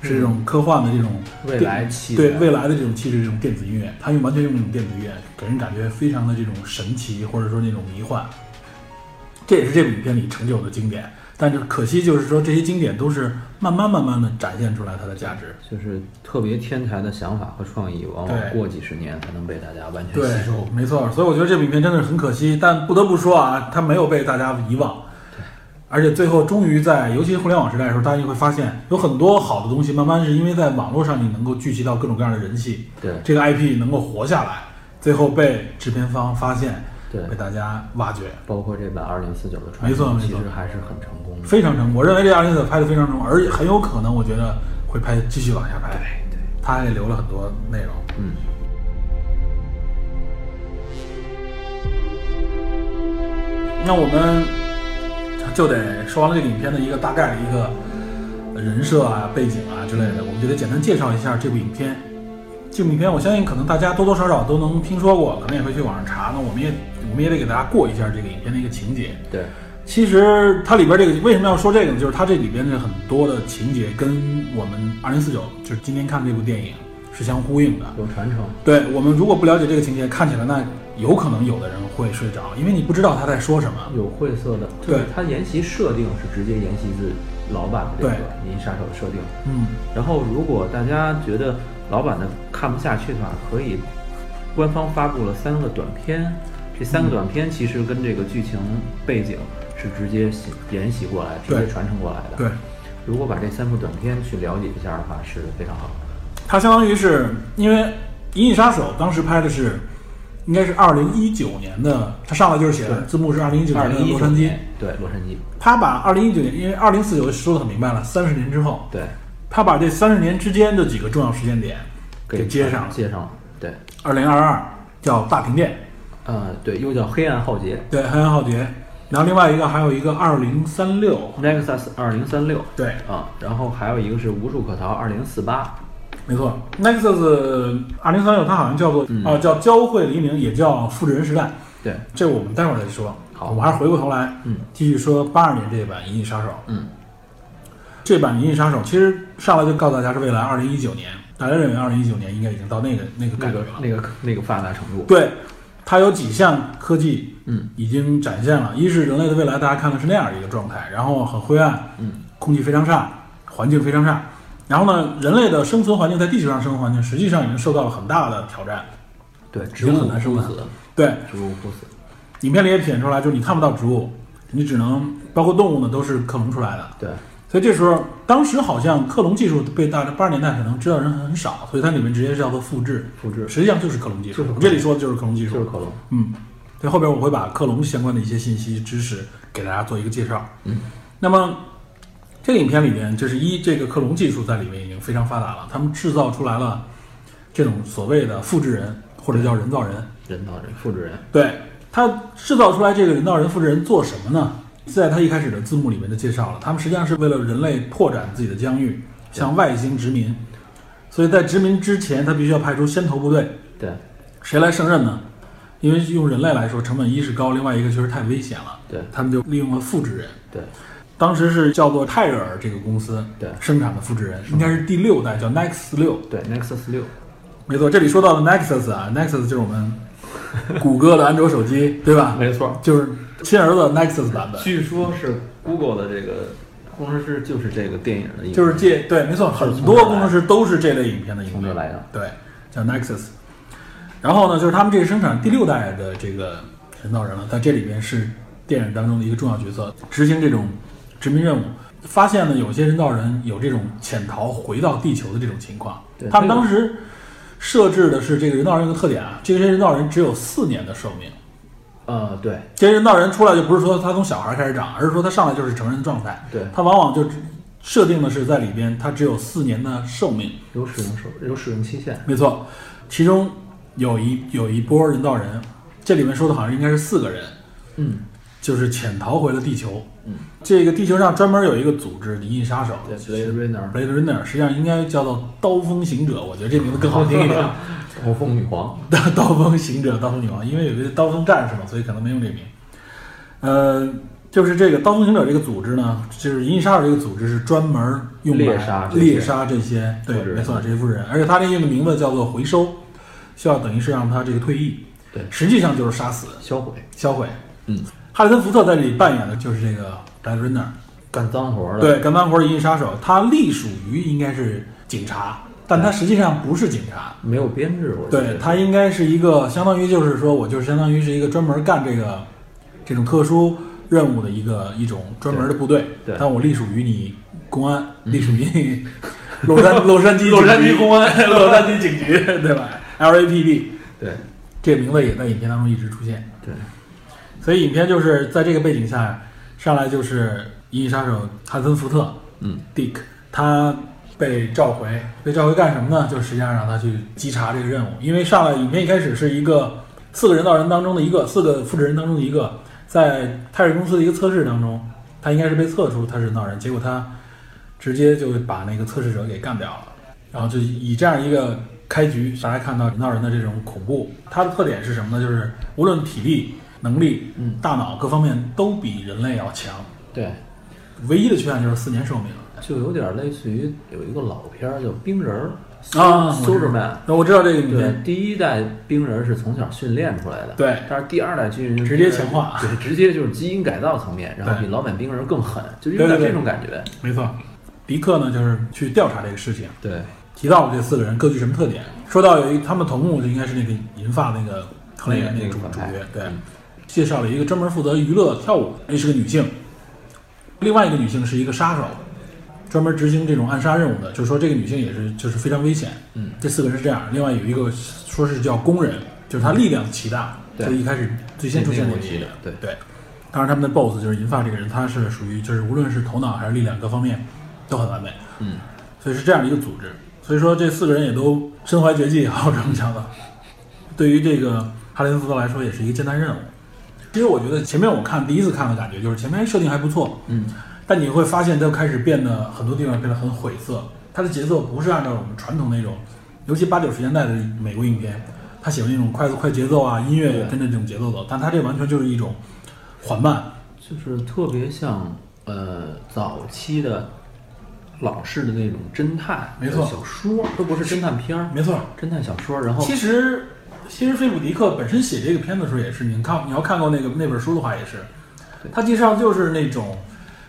B: 是这种科幻的这种
C: 嗯未
B: 电
C: 来期
B: 对
C: 待
B: 未来的这种气质，这种电子音乐，他用完全用那种电子乐，给人感觉非常的这种神奇，或者说那种迷幻，这也是这部影片里成就的经典。但是可惜就是说，这些经典都是慢慢慢慢的展现出来它的价值。
C: 就是特别天才的想法和创意，往
B: 对
C: 往过几十年才能被大家完全
B: 对
C: 吸收。，
B: 没错。所以我觉得这部影片真的是很可惜，但不得不说啊，它没有被大家遗忘。而且最后终于在，尤其是互联网时代的时候，大家就会发现有很多好的东西，慢慢是因为在网络上你能够聚集到各种各样的人气，
C: 对
B: 这个 IP 能够活下来，最后被制片方发现，
C: 对
B: 被大家挖掘，
C: 包括这版二零四九的
B: 没
C: 传
B: 错
C: 统，
B: 没
C: 其
B: 错
C: 实还是很成功的。
B: 非常成功。我认为这二零四拍的非常成功，而且很有可能我觉得会拍继续往下拍，
C: 对，
B: 他也留了很多内容。
C: 嗯。
B: 那我们就得说完了这个影片的一个大概的一个人设啊、背景啊之类的，我们就得简单介绍一下这部影片。这部影片，我相信可能大家多多少少都能听说过，可能也会去网上查。那我们也我们也得给大家过一下这个影片的一个情节。
C: 对，
B: 其实它里边这个为什么要说这个呢？就是它这里边的很多的情节跟我们二零四九，就是今天看的这部电影是相呼应的。
C: 有传承，
B: 对我们如果不了解这个情节，看起来那有可能有的人会睡着，因为你不知道他在说什么。
C: 有晦涩的。
B: 对
C: 就是它沿袭设定是直接沿袭自老版的这
B: 对
C: 个《银翼杀手》的设定。
B: 嗯，
C: 然后，如果大家觉得老版的看不下去的话，可以官方发布了三个短片，这
B: 嗯
C: 三个短片其实跟这个剧情背景是直接写沿袭过来、直
B: 对
C: 接传承过来的。
B: 对，
C: 如果把这三部短片去了解一下的话，是非常好的。
B: 它相当于是因为《银翼杀手》当时拍的是，应该是二零一九年的，它上来就是写的字幕是二零一九
C: 二
B: 年的
C: 零一
B: 洛杉矶。
C: 对洛杉矶，
B: 他把二零一九年，因为二零四九说的很明白了，三十年之后，
C: 对，
B: 他把这三十年之间的几个重要时间点给接上了。
C: 接上了，对，
B: 二零二二叫大停电，
C: 呃，对，又叫黑暗浩劫，
B: 对，黑暗浩劫。然后另外一个还有一个二零三六，
C: Nexus 二零三六
B: 对，
C: 啊，然后还有一个是无处可逃二零四八，
B: 没错，Nexus 二零三六它好像叫做啊、
C: 嗯
B: 叫交汇黎明，也叫复制人时代，
C: 对，
B: 这我们待会儿再说。
C: 好
B: 我们还是回过头来，
C: 嗯
B: 继续说八二年这版《银翼杀手》。
C: 嗯，
B: 这版《银翼杀手》其实上来就告诉大家是未来二零一九年，大家认为二零一九年应该已经到那个那个
C: 那
B: 感觉
C: 个
B: 了。
C: 那个那个发达程度，
B: 对，它有几项科技
C: 嗯
B: 已经展现了，一是人类的未来，大家看的是那样一个状态，然后很灰暗，
C: 嗯
B: 空气非常差，环境非常差。然后呢，人类的生存环境在地球上生存环境实际上已经受到了很大的挑战。
C: 对，植物
B: 很难
C: 枯
B: 生
C: 死，
B: 对，
C: 植物枯死，
B: 影片里也体现出来，就是你看不到植物，你只能包括动物呢都是克隆出来的。
C: 对，
B: 所以这时候，当时好像克隆技术被大八十年代可能知道人很少，所以它里面直接叫做复制，
C: 复制
B: 实际上就是克隆技术。
C: 就是克隆
B: 这里说的就是克隆技
C: 就是
B: 术。
C: 克隆，
B: 嗯，所以后边我会把克隆相关的一些信息知识给大家做一个介绍。
C: 嗯，
B: 那么这个影片里面，就是一这个克隆技术在里面已经非常发达了，他们制造出来了这种所谓的复制人或者叫人造人。
C: 人造人复制人，
B: 对他制造出来这个人造人复制人做什么呢？在他一开始的字幕里面就介绍了，他们实际上是为了人类拓展自己的疆域，向外星殖民。所以在殖民之前，他必须要派出先头部队，
C: 对
B: 谁来胜任呢？因为用人类来说，成本一是高，另外一个确实太危险了，
C: 对
B: 他们就利用了复制人。
C: 对
B: 当时是叫做泰瑞尔这个公司
C: 对
B: 生产的复制人，应该是第六代，叫 Nex 六。
C: 对，Nexus 六，
B: 没错，这里说到的 Nexus 啊，Nexus 就是我们 谷歌的安卓手机，对吧？
C: 没错，
B: 就是亲儿子 Nexus 版本，
C: 据说是 Google 的这个工程师就是这个电影的一个，
B: 就是借对，没错，很多工程师都是这类影片的影
C: 从这
B: 片，
C: 来的，
B: 对，叫 Nexus。然后呢，就是他们这是生产第六代的这个人造人了，在这里边是电影当中的一个重要角色，执行这种殖民任务。发现呢，有些人造人有这种潜逃回到地球的这种情况
C: 对。
B: 他们
C: 这个
B: 当时设置的是这个人造人有个特点啊，这些人造人只有四年的寿命。
C: 呃，对
B: 这些人造人出来就不是说他从小孩开始长，而是说他上来就是成人状态。
C: 对，
B: 它往往就只设定的是在里边，它只有四年的寿命。
C: 有使用手有使用期限，
B: 没错，其中有一有一波人造人，这里面说的好像应该是四个人，
C: 嗯，
B: 就是潜逃回了地球。
C: 嗯，
B: 这个地球上专门有一个组织“银翼杀手
C: 对，Blade Runner，
B: ”（Blade Runner），实际上应该叫做“刀锋行者”，我觉得这名字更好听一 点。
C: 头风女皇，
B: 刀刀锋行者、刀锋女王，因为有一个刀锋战士嘛，所以可能没用这名。呃，就是这个刀锋行者这个组织呢，就是银翼杀手这个组织是专门用来
C: 猎杀这些
B: 猎杀这些对
C: 复制，人
B: 没错，这些复制人，而且他这用的名字叫做回收，需要等于是让他这个退役，
C: 对
B: 实际上就是杀死、
C: 销毁，
B: 销毁。
C: 嗯，
B: 哈里森·福特在这里扮演的就是这个 b l a d Runner，
C: 干脏活儿的，
B: 对，干单活银翼杀手，他隶属于应该是警察，但他实际上不是警察，
C: 没有编制，我觉
B: 对
C: 得
B: 他应该是一个相当于就是说我就是相当于是一个专门干这个这种特殊任务的一个一种专门的部队，
C: 对对嗯
B: 但我隶属于你公安，隶属于你 洛 杉洛杉矶
C: 洛杉矶
B: 公安洛杉矶警局对吧？LAPD
C: 对
B: 这个名字也在影片当中一直出现，
C: 对
B: 所以影片就是在这个背景下上来就是银翼杀手汉森福特
C: 嗯
B: Dick 他。被召回，被召回干什么呢？就实际上让他去稽查这个任务，因为上来影片一开始是一个四个人造人当中的一个，四个复制人当中的一个，在泰瑞公司的一个测试当中，他应该是被测出他是人造人，结果他直接就把那个测试者给干掉了，然后就以这样一个开局，大家看到人造人的这种恐怖，它的特点是什么呢？就是无论体力、能力、
C: 嗯
B: 大脑各方面都比人类要强，
C: 对，
B: 唯一的缺憾就是四年寿命。
C: 就有点类似于有一个老片儿叫《冰人》
B: 啊我知道
C: Superman，
B: 那我知道这个影
C: 对
B: 片，，
C: 第一代冰人是从小训练出来的，
B: 对
C: 但是第二代军人
B: 直接强化
C: 对，直接就是基因改造层面，然后比
B: 对
C: 老版冰人更狠，就有
B: 对对
C: 点
B: 对
C: 这种感觉。
B: 没错。迪克呢，就是去调查这个事情，
C: 对，
B: 提到了这四个人各具什么特点。说到有一他们头目就应该是那个银发那个黑人
C: 那个
B: 那个主
C: 那个
B: 主
C: 反派
B: 角，对
C: 嗯，
B: 介绍了一个专门负责娱乐跳舞，那是个女性；另外一个女性是一个杀手，专门执行这种暗杀任务的。就是说这个女性也是就是非常危险。
C: 嗯，
B: 这四个人是这样，另外有一个说是叫工人，就是他力量奇大，
C: 对
B: 就一开始最先出现
C: 那
B: 的
C: 个奇
B: 那
C: 的
B: 个
C: 对
B: 对。当然，他们的 BOSS 就是银发这个人，他是属于就是无论是头脑还是力量各方面都很完美。
C: 嗯，
B: 所以是这样的一个组织。所以说这四个人也都身怀啊绝技，好这么讲的。对于这个哈林斯特来说，也是一个艰难任务。其实我觉得前面我看第一次看的感觉就是前面设定还不错，
C: 嗯，
B: 但你会发现它开始变得很多地方变得很晦涩，它的节奏不是按照我们传统那种，尤其八九十年代的美国影片，他喜欢那种快速快节奏啊，音乐也跟着这种节奏走，但他这完全就是一种缓慢，
C: 就是特别像呃早期的老式的那种侦探，
B: 没错
C: 小说都不是侦探片儿，
B: 没错。
C: 侦探小说，然后
B: 其实其实菲普迪克本身写这个片子的时候也是，你看你要看过那个那本书的话也是
C: 对，
B: 他实上就是那种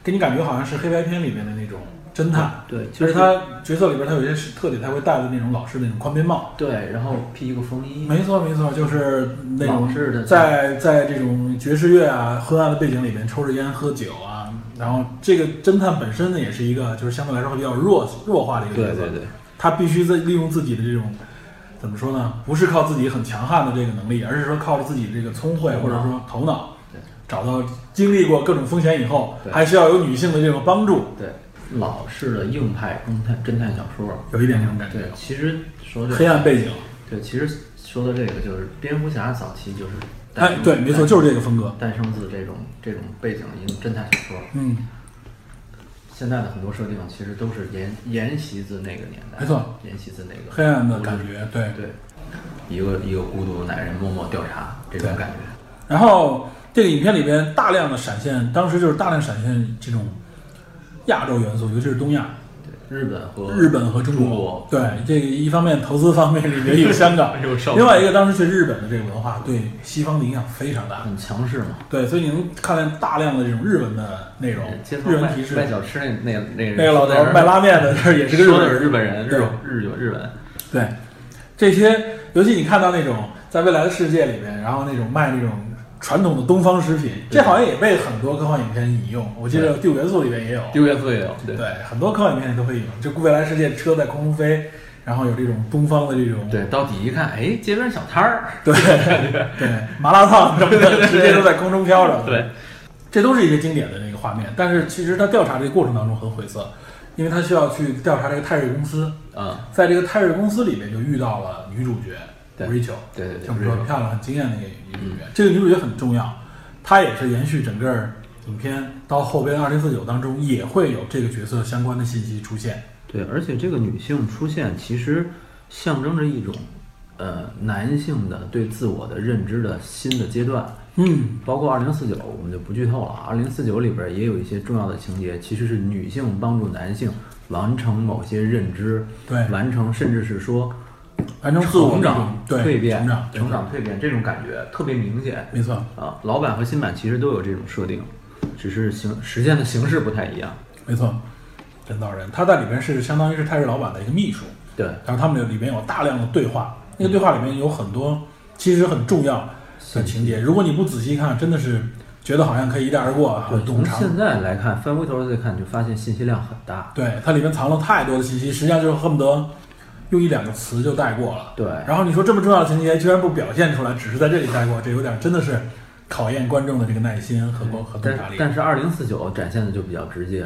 B: 给你感觉好像是黑白片里面的那种侦探。
C: 对，其
B: 而
C: 实
B: 且他角色里边，他有一些是特点，他会戴的那种老式那种宽边帽。
C: 对，然后披一个风衣，
B: 没错，没错，就是那
C: 老式的
B: 种在在这种爵士乐啊、昏暗的背景里面抽着烟喝酒啊，然后这个侦探本身呢，也是一个就是相对来说比较弱弱化的一个角
C: 对
B: 色。
C: 对对，
B: 他必须在利用自己的这种怎么说呢？不是靠自己很强悍的这个能力，而是说靠着自己这个聪慧
C: 头脑
B: 或者说头脑
C: 对，
B: 找到经历过各种风险以后，
C: 对
B: 还需要有女性的这种帮助，
C: 对老式的硬派侦探侦探小说，
B: 有一点这种感
C: 对
B: 觉，，
C: 其实说这
B: 黑暗背景。
C: 对，其实说到这个就是蝙蝠侠早期就是诞
B: 哎
C: 生，
B: 对，没错，就是这个风格。
C: 诞生自这种这种背景的一种侦探小说，
B: 嗯，
C: 现在的很多设定其实都是沿沿袭自那个年代，
B: 没错，
C: 沿袭自那个
B: 黑暗的感觉，对。
C: 对，一个一个孤独的男人默默调查这种感觉，
B: 然后这个影片里边大量的闪现，当时就是大量闪现这种亚洲元素，尤其是东亚，
C: 对，日本和
B: 日本和中国。
C: 中国，
B: 对，这个一方面投资方面里面有香港
C: 有少数
B: 另外一个当时是日本的这个文化对西方的影响非常大。
C: 很强势嘛，
B: 对，所以你能看见大量的这种日文的内容，
C: 街头
B: 哦日文
C: 卖
B: 提示。
C: 卖小吃那那那人
B: 那个老头
C: 说的是
B: 卖拉面的，这也是个日
C: 说
B: 本
C: 的是
B: 人，
C: 日本人，日
B: 对
C: 日语日文，
B: 对，这些尤其你看到那种在未来的世界里面，然后那种卖那种传统的东方食品，这好像也被很多科幻影片引用。我记得《第五元素》里面也有，
C: 丢元素也有，对
B: 对，很多科幻影片里都会有，就未来世界车在空中飞，然后有这种东方的这种
C: 对，到底一看，哎，街边小摊儿，
B: 对对麻辣烫什么的，直接都在空中飘着。
C: 对，
B: 这都是一些经典的这个画面，但是其实他调查这个过程当中很晦涩，因为他需要去调查这个泰瑞公司，
C: 嗯，
B: 在这个泰瑞公司里面就遇到了女主角
C: 对
B: Rachel，
C: 对对对嗯
B: 就比很漂亮、很惊艳的一个女主角。这个女主角很重要，她也是延续整个影片到后边二零四九当中也会有这个角色相关的信息出现。
C: 对，而且这个女性出现其实象征着一种，呃，男性的对自我的认知的新的阶段。
B: 嗯，
C: 包括二零四九，我们就不剧透了。啊二零四九里边也有一些重要的情节，其实是女性帮助男性完成某些认知，
B: 对
C: 完成甚至是说
B: 完成自我
C: 成
B: 的这
C: 长
B: 种、对
C: 蜕变、
B: 成长、对
C: 成，长蜕变这种感觉特别明显
B: 没错，
C: 啊。老版和新版其实都有这种设定，只是形实现的形式不太一样。
B: 没错。人造人，他在里面是相当于是泰瑞老板的一个秘书，
C: 对，
B: 然后他们里面有大量的对话，那个对话里面有很多其实很重要的情节，如果你不仔细看，真的是觉得好像可以一带而过，啊，
C: 从
B: 冗长。
C: 现在来看，翻回头再看，就发现信息量很大。
B: 对，它里面藏了太多的信息，实际上就是恨不得用一两个词就带过了。
C: 对，
B: 然后你说这么重要的情节居然不表现出来，只是在这里带过，这有点真的是考验观众的这个耐心和观和观
C: 但
B: 察力。
C: 但是二零四九展现的就比较直接。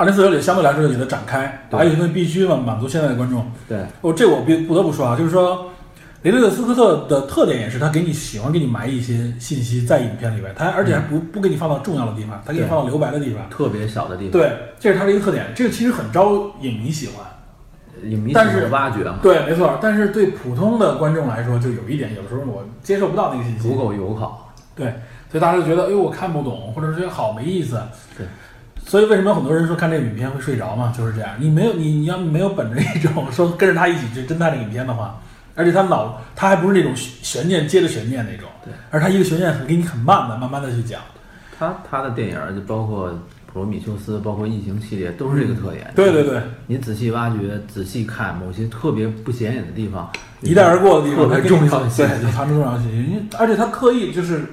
B: 二零四九里相对来说就给它展开，
C: 对
B: 把有些东西必须满满足现在的观众。
C: 对，
B: 哦，这我必不得不说啊，就是说，雷德利·斯科特的特点也是他给你喜欢给你埋一些信息在影片里边，他而且还不、不给你放到重要的地方，他给你
C: 嗯对
B: 放到留白的地方。
C: 特别小的地方，
B: 对，这是他的一个特点，这个其实很招影迷喜欢。
C: 影迷
B: 但
C: 喜欢
B: 是
C: 挖掘嘛，
B: 对，没错。但是对普通的观众来说，就有一点，有时候我接受不到那个信
C: 足
B: 息。
C: 够友好。
B: 对，所以大家就觉得，哎呦，我看不懂，或者是觉得好没意思。
C: 对。
B: 所以为什么有很多人说看这个影片会睡着嘛？就是这样，你没有你你要没有本着一种 说跟着他一起去侦探这个影片的话，而且他脑他还不是那种悬悬念接着悬念那种，
C: 对，
B: 而他一个悬念很给你很慢的慢慢的去讲。
C: 他他的电影儿就包括《普罗米修斯》，包括《异形》系列，都是这个特点。
B: 对对对，
C: 你仔细挖掘、仔细看某些特别不显眼的地方，
B: 一带而过的地方，
C: 特
B: 他
C: 别
B: 给你
C: 重要的信
B: 对，
C: 息
B: 就。藏着重要的信息。因为而且他刻意就是，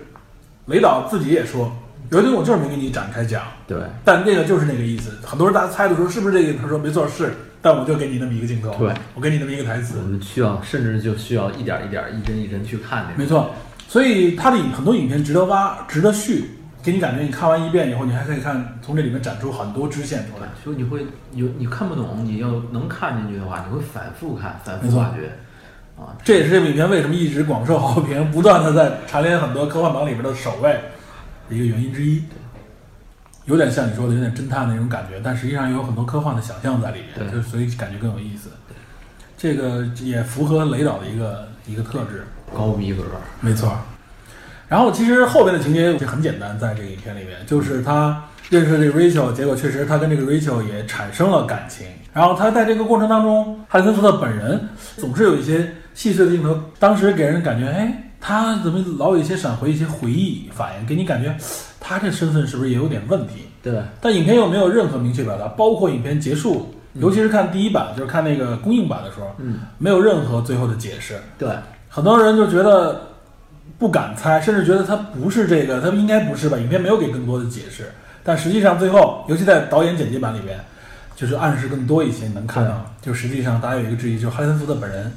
B: 雷导自己也说，有些东西我就是没给你展开讲。
C: 对
B: 但那个就是那个意思。很多人大家猜的时候是不是这个？他说没错是，但我就给你那么一个镜头，
C: 对
B: 我给你那么一个台词
C: 我，们需要，甚至就需要一点儿一点儿、一帧一帧去看那
B: 没
C: 种。
B: 错。所以他的影很多影片值得挖，值得续，给你感觉你看完一遍以后，你还可以看从这里面展出很多支线出来。
C: 就你会有你看不懂，你要能看进去的话，你会反复看、反
B: 没
C: 复
B: 错
C: 挖掘。啊，
B: 这也是这部影片为什么一直广受好评，不断的在蝉联很多科幻榜里面的首位。一个原因之一。有点像你说的，有点侦探那种感觉，但实际上又有很多科幻的想象在里面，
C: 对
B: 就所以感觉更有意思。这个也符合雷导的一个一个特质，
C: 高逼格，
B: 没错。然后其实后边的情节就很简单，在这个影片里面，就是他认识这个 Rachel，结果确实他跟这个 Rachel 也产生了感情。然后他在这个过程当中，哈里森福特本人总是有一些细碎的镜头，当时给人感觉，哎，他怎么老有一些闪回、一些回忆反应，给你感觉他这身份是不是也有点问题？
C: 对，
B: 但影片又没有任何明确表达，包括影片结束，
C: 嗯
B: 尤其是看第一版，就是看那个公映版的时候，
C: 嗯，
B: 没有任何最后的解释。
C: 对，
B: 很多人就觉得不敢猜，甚至觉得他不是这个，他应该不是吧？影片没有给更多的解释，但实际上最后，尤其在导演剪辑版里边，就是暗示更多一些，你能看到，就实际上大家有一个质疑，就是哈里森福特本人，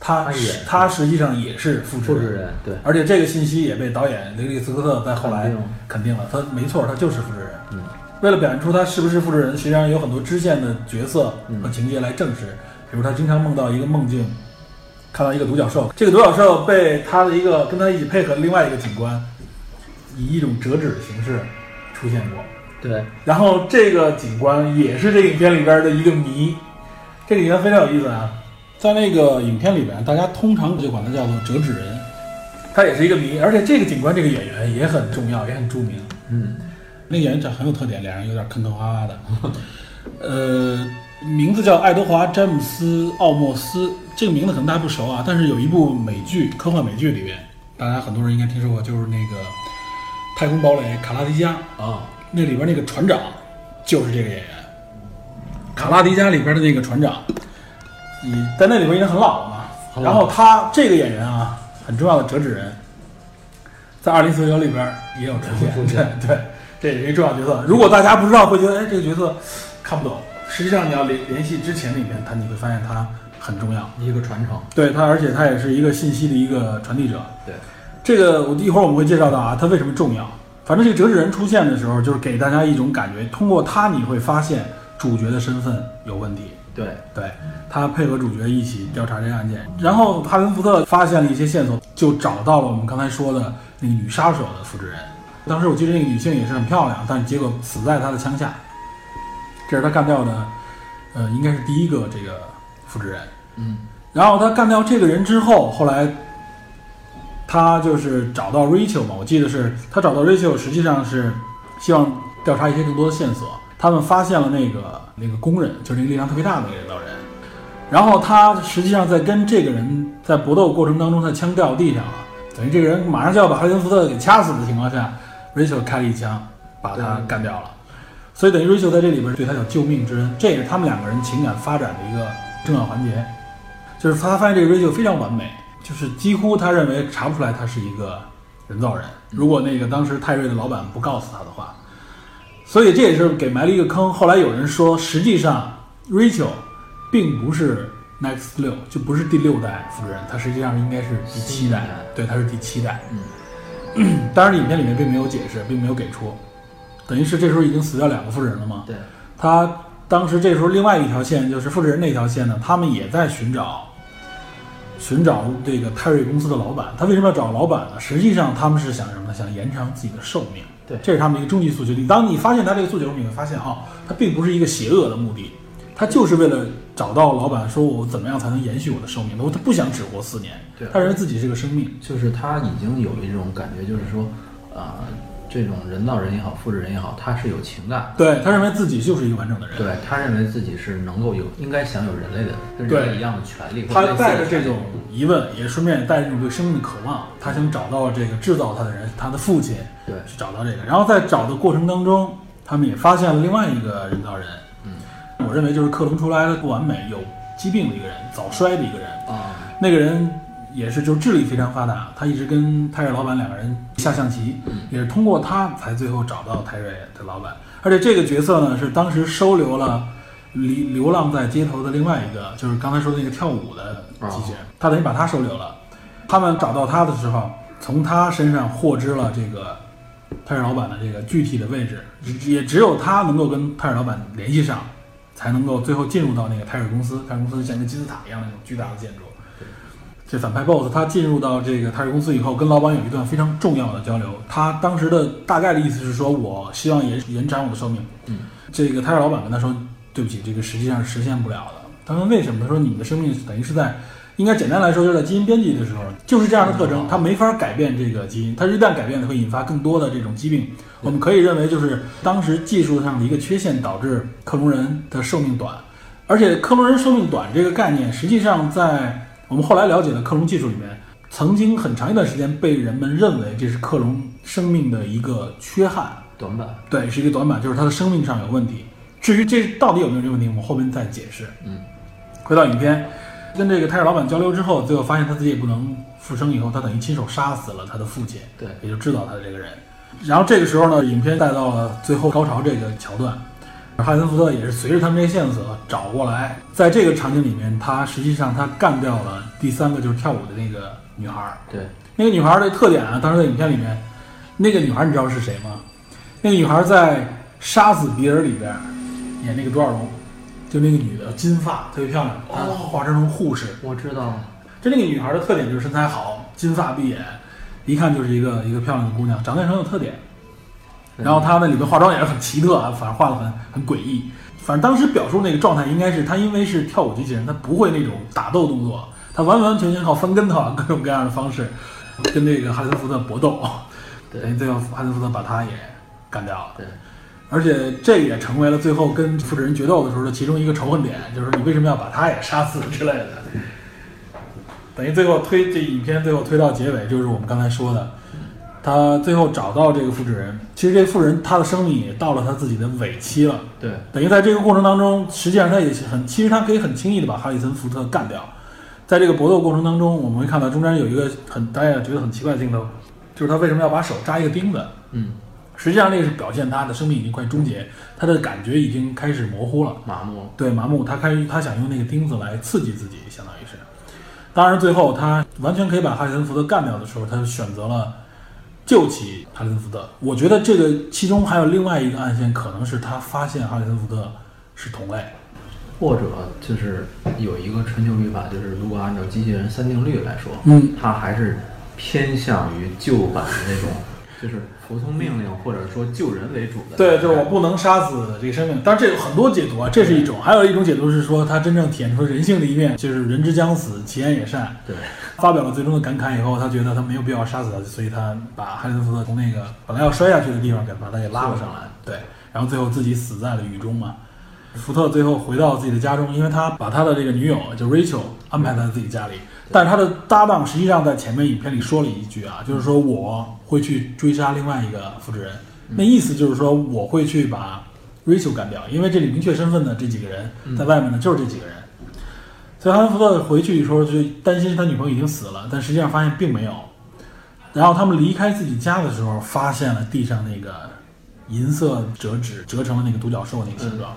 B: 他
C: 他也
B: 是他实际上也是复制
C: 复制
B: 人，
C: 人，对，
B: 而且这个信息也被导演雷利斯科特在后来
C: 肯定
B: 肯定了，他没错，他就是复制人。
C: 嗯，
B: 为了表现出他是不是复制人，实际上有很多支线的角色
C: 嗯
B: 和情节来证实。比如他经常梦到一个梦境，看到一个独角兽，这个独角兽被他的一个跟他一起配合的另外一个警官，以一种折纸的形式出现过。
C: 对，
B: 然后这个警官也是这个影片里边的一个谜，这个影片非常有意思啊。在那个影片里边，大家通常就管他叫做折纸人，他也是一个谜。而且这个警官这个演员也很重要，也很著名。
C: 嗯，
B: 那个演员长很有特点，脸上有点坑坑洼洼的。呃，名字叫爱德华·詹姆斯·奥莫斯，这个名字可能大家不熟啊，但是有一部美剧，科幻美剧里面，大家很多人应该听说过，就是那个《太空堡垒卡拉迪加》
C: 啊，
B: 那里边那个船长就是这个演员，《卡拉迪加》里边的那个船长，你在那里边已经很老了嘛。
C: 很老
B: 然后他这个演员啊，很重要的折纸人，在《二零四九》里边也有出现，
C: 出现
B: 对对，这也是一个重要角色。如果大家不知道，会觉得哎这个角色看不懂。实际上你要联联系之前里面他，你会发现他很重要。
C: 一个传承，
B: 对他，而且他也是一个信息的一个传递者。
C: 对，
B: 这个我一会儿我们会介绍到啊，它为什么重要。反正这个折纸人出现的时候，就是给大家一种感觉，通过他你会发现主角的身份有问题。
C: 对，
B: 对他配合主角一起调查这个案件，然后哈文福特发现了一些线索，就找到了我们刚才说的那个女杀手的复制人。当时我记得那个女性也是很漂亮，但是结果死在他的枪下。这是他干掉的，呃，应该是第一个这个复制人。
C: 嗯，
B: 然后他干掉这个人之后，后来他就是找到 Rachel 嘛，我记得是他找到 Rachel，实际上是希望调查一些更多的线索。他们发现了那个那个工人，就是那个力量特别大的那个领导人。然后他实际上在跟这个人在搏斗过程当中，他枪掉地上了，啊等于这个人马上就要把哈林福特给掐死的情况下，Rachel 开了一枪把他干掉了。所以等于 Rachel 在这里边对他有救命之恩，这也是他们两个人情感发展的一个重要环节。就是他发现这个 Rachel 非常完美，就是几乎他认为查不出来他是一个人造人。
C: 嗯
B: 如果那个当时泰瑞的老板不告诉他的话，所以这也是给埋了一个坑。后来有人说，实际上 Rachel 并不是 Next 六，就不是第六代复制人，他实际上应该是第七代
C: 新一代。
B: 对，他是第七代。
C: 嗯，
B: 当然，影片里面并没有解释，并没有给出，等于是这时候已经死掉两个复制人了嘛。
C: 对，
B: 他当时这时候另外一条线就是复制人那条线呢，他们也在寻找寻找这个泰瑞公司的老板。他为什么要找老板呢？实际上他们是想什么呢？想延长自己的寿命。
C: 对
B: 这是他们的一个终极诉求。你当你发现他这个诉求，你会发现哦，他并不是一个邪恶的目的，他就是为了找到老板，说我怎么样才能延续我的寿命？我他不想只活四年
C: 对，
B: 他认为自己是个生命。
C: 就是他已经有一种感觉，就是说，啊、这种人造人也好，复制人也好，他是有情感的。
B: 对他认为自己就是一个完整的人。
C: 对他认为自己是能够有应该享有人类的跟
B: 对
C: 人类一样的权利，或
B: 他
C: 类似的
B: 带着这
C: 权利
B: 种疑问，也顺便带着这种对生命的渴望，他想找到这个制造他的人，他的父亲，
C: 对
B: 去找到这个。然后在找的过程当中，他们也发现了另外一个人造人，
C: 嗯，
B: 我认为就是克隆出来的不完美、有疾病的一个人，早衰的一个人。
C: 啊，
B: 那个人也是就智力非常发达，他一直跟泰瑞老板两个人下象棋，也是通过他才最后找到泰瑞的老板。而且这个角色呢，是当时收留了流流浪在街头的另外一个，就是刚才说的那个跳舞的机器人，他等于把他收留了。他们找到他的时候，从他身上获知了这个泰瑞老板的这个具体的位置，只也只有他能够跟泰瑞老板联系上，才能够最后进入到那个泰瑞公司。泰瑞公司像一个金字塔一样的那种巨大的建筑。这反派 BOSS 他进入到这个泰瑞公司以后，跟老板有一段非常重要的交流。他当时的大概的意思是说，我希望延延长我的寿命。
C: 嗯，
B: 这个泰瑞老板跟他说，对不起，这个实际上是实现不了的。他问为什么？他说你们的生命等于是在，应该简单来说就是在基因编辑的时候，就是这样的特征
C: 嗯，
B: 它没法改变这个基因，它一旦改变了会引发更多的这种疾病。我们可以认为就是当时技术上的一个缺陷导致克隆人的寿命短，而且克隆人寿命短这个概念，实际上在我们后来了解的克隆技术里面，曾经很长一段时间被人们认为这是克隆生命的一个缺憾。
C: 短板，
B: 对，是一个短板，就是它的生命上有问题。至于这到底有没有这个问题，我们后面再解释。
C: 嗯，
B: 回到影片，跟这个泰尔老板交流之后，最后发现他自己也不能复生，以后他等于亲手杀死了他的父亲，
C: 对，
B: 也就知道他的这个人。然后这个时候呢，影片带到了最后高潮这个桥段，哈里森福特也是随着他们这些线索找过来，在这个场景里面，他实际上他干掉了第三个就是跳舞的那个女孩儿。
C: 对，
B: 那个女孩的特点啊，当时在影片里面，那个女孩你知道是谁吗？那个女孩在《杀死比尔》里边演那个多少龙，就那个女的金发特别漂亮，她化妆成护士。
C: 我知道了。
B: 就那个女孩的特点就是身材好，金发碧眼，一看就是一个一个漂亮的姑娘，长得也很有特点。然后她那里面化妆也是很奇特啊，反正化的很很诡异。反正当时表述那个状态应该是她，因为是跳舞机器人，她不会那种打斗动作，她完完全全靠翻跟头啊，各种各样的方式跟这个哈里森福特搏斗。
C: 对
B: 等于最后哈里森福特把她也干掉了。
C: 对，
B: 而且这也成为了最后跟复制人决斗的时候的其中一个仇恨点，就是你为什么要把他也杀死之类的。等于最后推这影片最后推到结尾，就是我们刚才说的，他最后找到这个复制人，其实这复制人他的生命也到了他自己的尾期了。
C: 对
B: 等于在这个过程当中，实际上他也是很，其实他可以很轻易的把哈里森福特干掉。在这个搏斗过程当中，我们会看到中间有一个很大家也觉得很奇怪的镜头，就是他为什么要把手扎一个钉子？
C: 嗯，
B: 实际上那是表现他的生命已经快终结，他的感觉已经开始模糊了，
C: 麻木了。
B: 对麻木，他开他想用那个钉子来刺激自己，相当于是。当然，最后他完全可以把哈里森福特干掉的时候，他选择了救起哈里森福特。我觉得这个其中还有另外一个暗线，可能是他发现哈里森福特是同类。
C: 或者就是有一个春秋笔法，就是如果按照机器人三定律来说，
B: 嗯，
C: 它还是偏向于旧版的那种，就是服从命令或者说救人为主的。
B: 对，就是我不能杀死这个生命。当然，这有很多解读啊，这是一种；还有一种解读是说，他真正体现出人性的一面，就是人之将死，其言也善。
C: 对
B: 发表了最终的感慨以后，他觉得他没有必要杀死他，所以他把哈里森福特从那个本来要摔下去的地方给把他给拉了上来，对，然后最后自己死在了雨中嘛。福特最后回到自己的家中，因为他把他的这个女友就 Rachel 安排在自己家里，但是他的搭档实际上在前面影片里说了一句啊，就是说我会去追杀另外一个复制人，那意思就是说我会去把 Rachel 干掉，因为这里明确身份的这几个人在外面呢就是这几个人，所以哈利福特回去的时候就担心他女朋友已经死了，但实际上发现并没有。然后他们离开自己家的时候，发现了地上那个银色折纸折成了那个独角兽那个形状。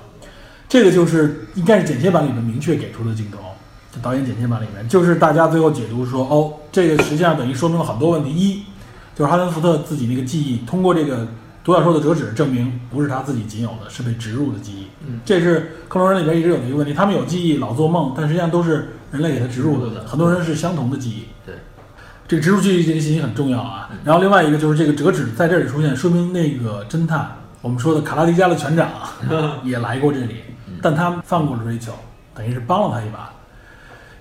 B: 这个就是应该是剪切版里面明确给出的镜头，就导演剪切版里面，就是大家最后解读说，哦，这个实际上等于说明了很多问题。一就是哈伦福特自己那个记忆，通过这个独角兽的折纸证明不是他自己仅有的，是被植入的记忆。
C: 嗯，
B: 这是克隆人里边一直有的一个问题，他们有记忆，老做梦，但实际上都是人类给他植入
C: 植入
B: 的，
C: 的
B: 很多人是相同的记忆。
C: 对，
B: 这个植入记忆这个信息很重要啊。然后另外一个就是这个折纸在这里出现，说明那个侦探我们说的卡拉迪加的船长也来过这里，但他放过了 Rachel，等于是帮了他一把。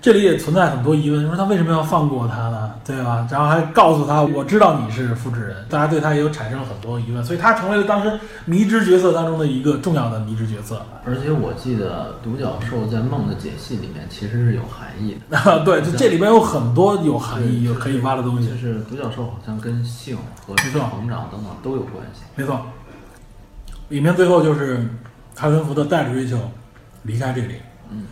B: 这里也存在很多疑问，说他为什么要放过他呢？对吧？然后还告诉他，我知道你是复制人，大家对他也有产生了很多疑问，所以他成为了当时迷之角色当中的一个重要的迷之角色。
C: 而且我记得独角兽在梦的解析里面其实是有含义的，
B: 啊，对，就这里边有很多有含义、有可以挖的东西
C: 就。是独角兽好像跟性和
B: 没错
C: 成长等等都有关系。
B: 没错，影片最后就是哈森福特带着瑞秋离开这里。嗯，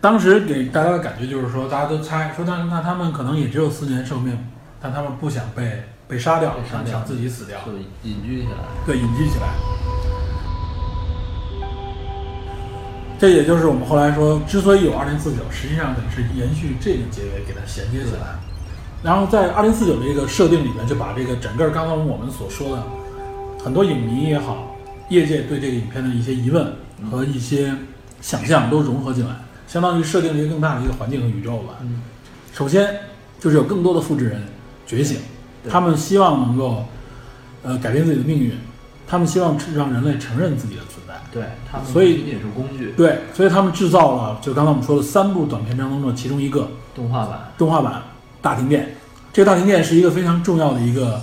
B: 当时给大家的感觉就是说，大家都猜说那那他们可能也只有四年寿命，但他们不想被被杀掉，
C: 被杀
B: 想
C: 掉
B: 想自己死掉，
C: 就隐居起来，
B: 对，隐居起来。这也就是我们后来说，之所以有二零四九，实际上等于是延续这个结尾给它衔接起来。然后在二零四九这个设定里面，就把这个整个刚刚我们所说的很多影迷也好，业界对这个影片的一些疑问和一些想象都融合进来，相当于设定了一个更大的一个环境和宇宙吧。
C: 嗯
B: 首先就是有更多的复制人觉醒，
C: 对
B: 他们希望能够呃改变自己的命运，他们希望让人类承认自己的存在。
C: 对他们
B: 所以
C: 仅仅是工具，
B: 对，所以他们制造了就刚才我们说的三部短片当中的其中一个
C: 动画版，
B: 动画版《大停电》。这个大停电是一个非常重要的一个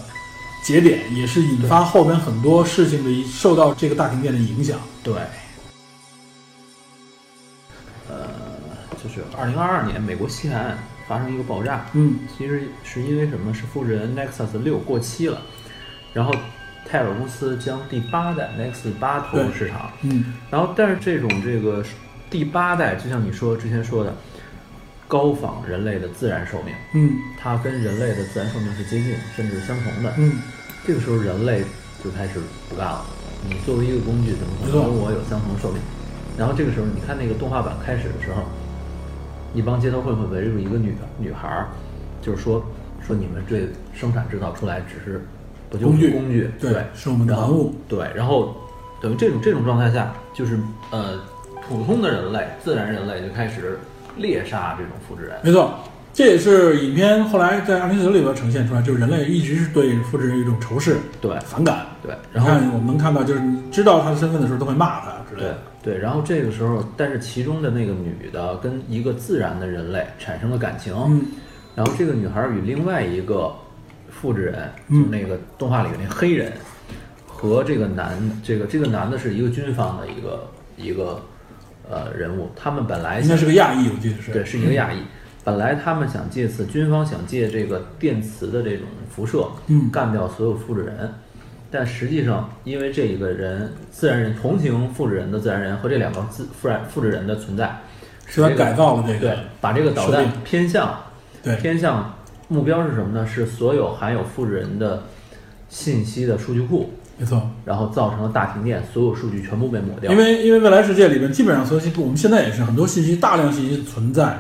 B: 节点，也是引发后边很多事情的一受到这个大停电的影响。
C: 对，呃，就是二零二二年美国西海岸发生一个爆炸，
B: 嗯，
C: 其实是因为什么？是复制人 Nexus 六过期了，然后泰尔公司将第八代 Nexus 八投入
B: 对
C: 市场。
B: 嗯，
C: 然后，但是这种这个第八代，就像你说之前说的，高仿人类的自然寿命，
B: 嗯
C: 它跟人类的自然寿命是接近甚至相同的。
B: 嗯，
C: 这个时候，人类就开始不干了。你作为一个工具，怎么可
B: 没
C: 能
B: 错
C: 跟我有相同的寿命？然后这个时候，你看那个动画版开始的时候，一帮街头混混围住一个女女孩儿，就是说说你们对生产制造出来只是不就是
B: 工具
C: 工具
B: 对是我们的
C: 然后
B: 玩物
C: 对，然后等于这种这种状态下，就是呃普通的人类、自然人类就开始猎杀这种复制人，
B: 没错，这也是影片后来在《二零四九》里边呈现出来，就是人类一直是对复制人有一种仇视、
C: 对
B: 反感。
C: 对，然后
B: 你看我们能看到，就是你知道他的身份的时候，都会骂他之类
C: 对
B: 的。
C: 对，然后这个时候，但是其中的那个女的跟一个自然的人类产生了感情，
B: 嗯，
C: 然后这个女孩与另外一个复制人，
B: 嗯
C: 就是那个动画里的那黑人，和这个男，这个这个男的是一个军方的一个一个呃人物，他们本来
B: 应该是个亚裔，我记得是。
C: 对，是一个亚裔。本来他们想借此，军方想借这个电磁的这种辐射，
B: 嗯
C: 干掉所有复制人，但实际上，因为这一个人自然人同情复制人的自然人和这两个自复然复制人的存在，
B: 是他改造了这
C: 对
B: 个。，
C: 把这个导
B: 设
C: 弹
B: 定
C: 偏向
B: 对
C: 偏向目标是什么呢？是所有含有复制人的信息的数据库，
B: 没错。
C: 然后造成了大停电，所有数据全部被抹掉。
B: 因为因为未来世界里边，基本上所有信息，我们现在也是很多信息，大量信息存在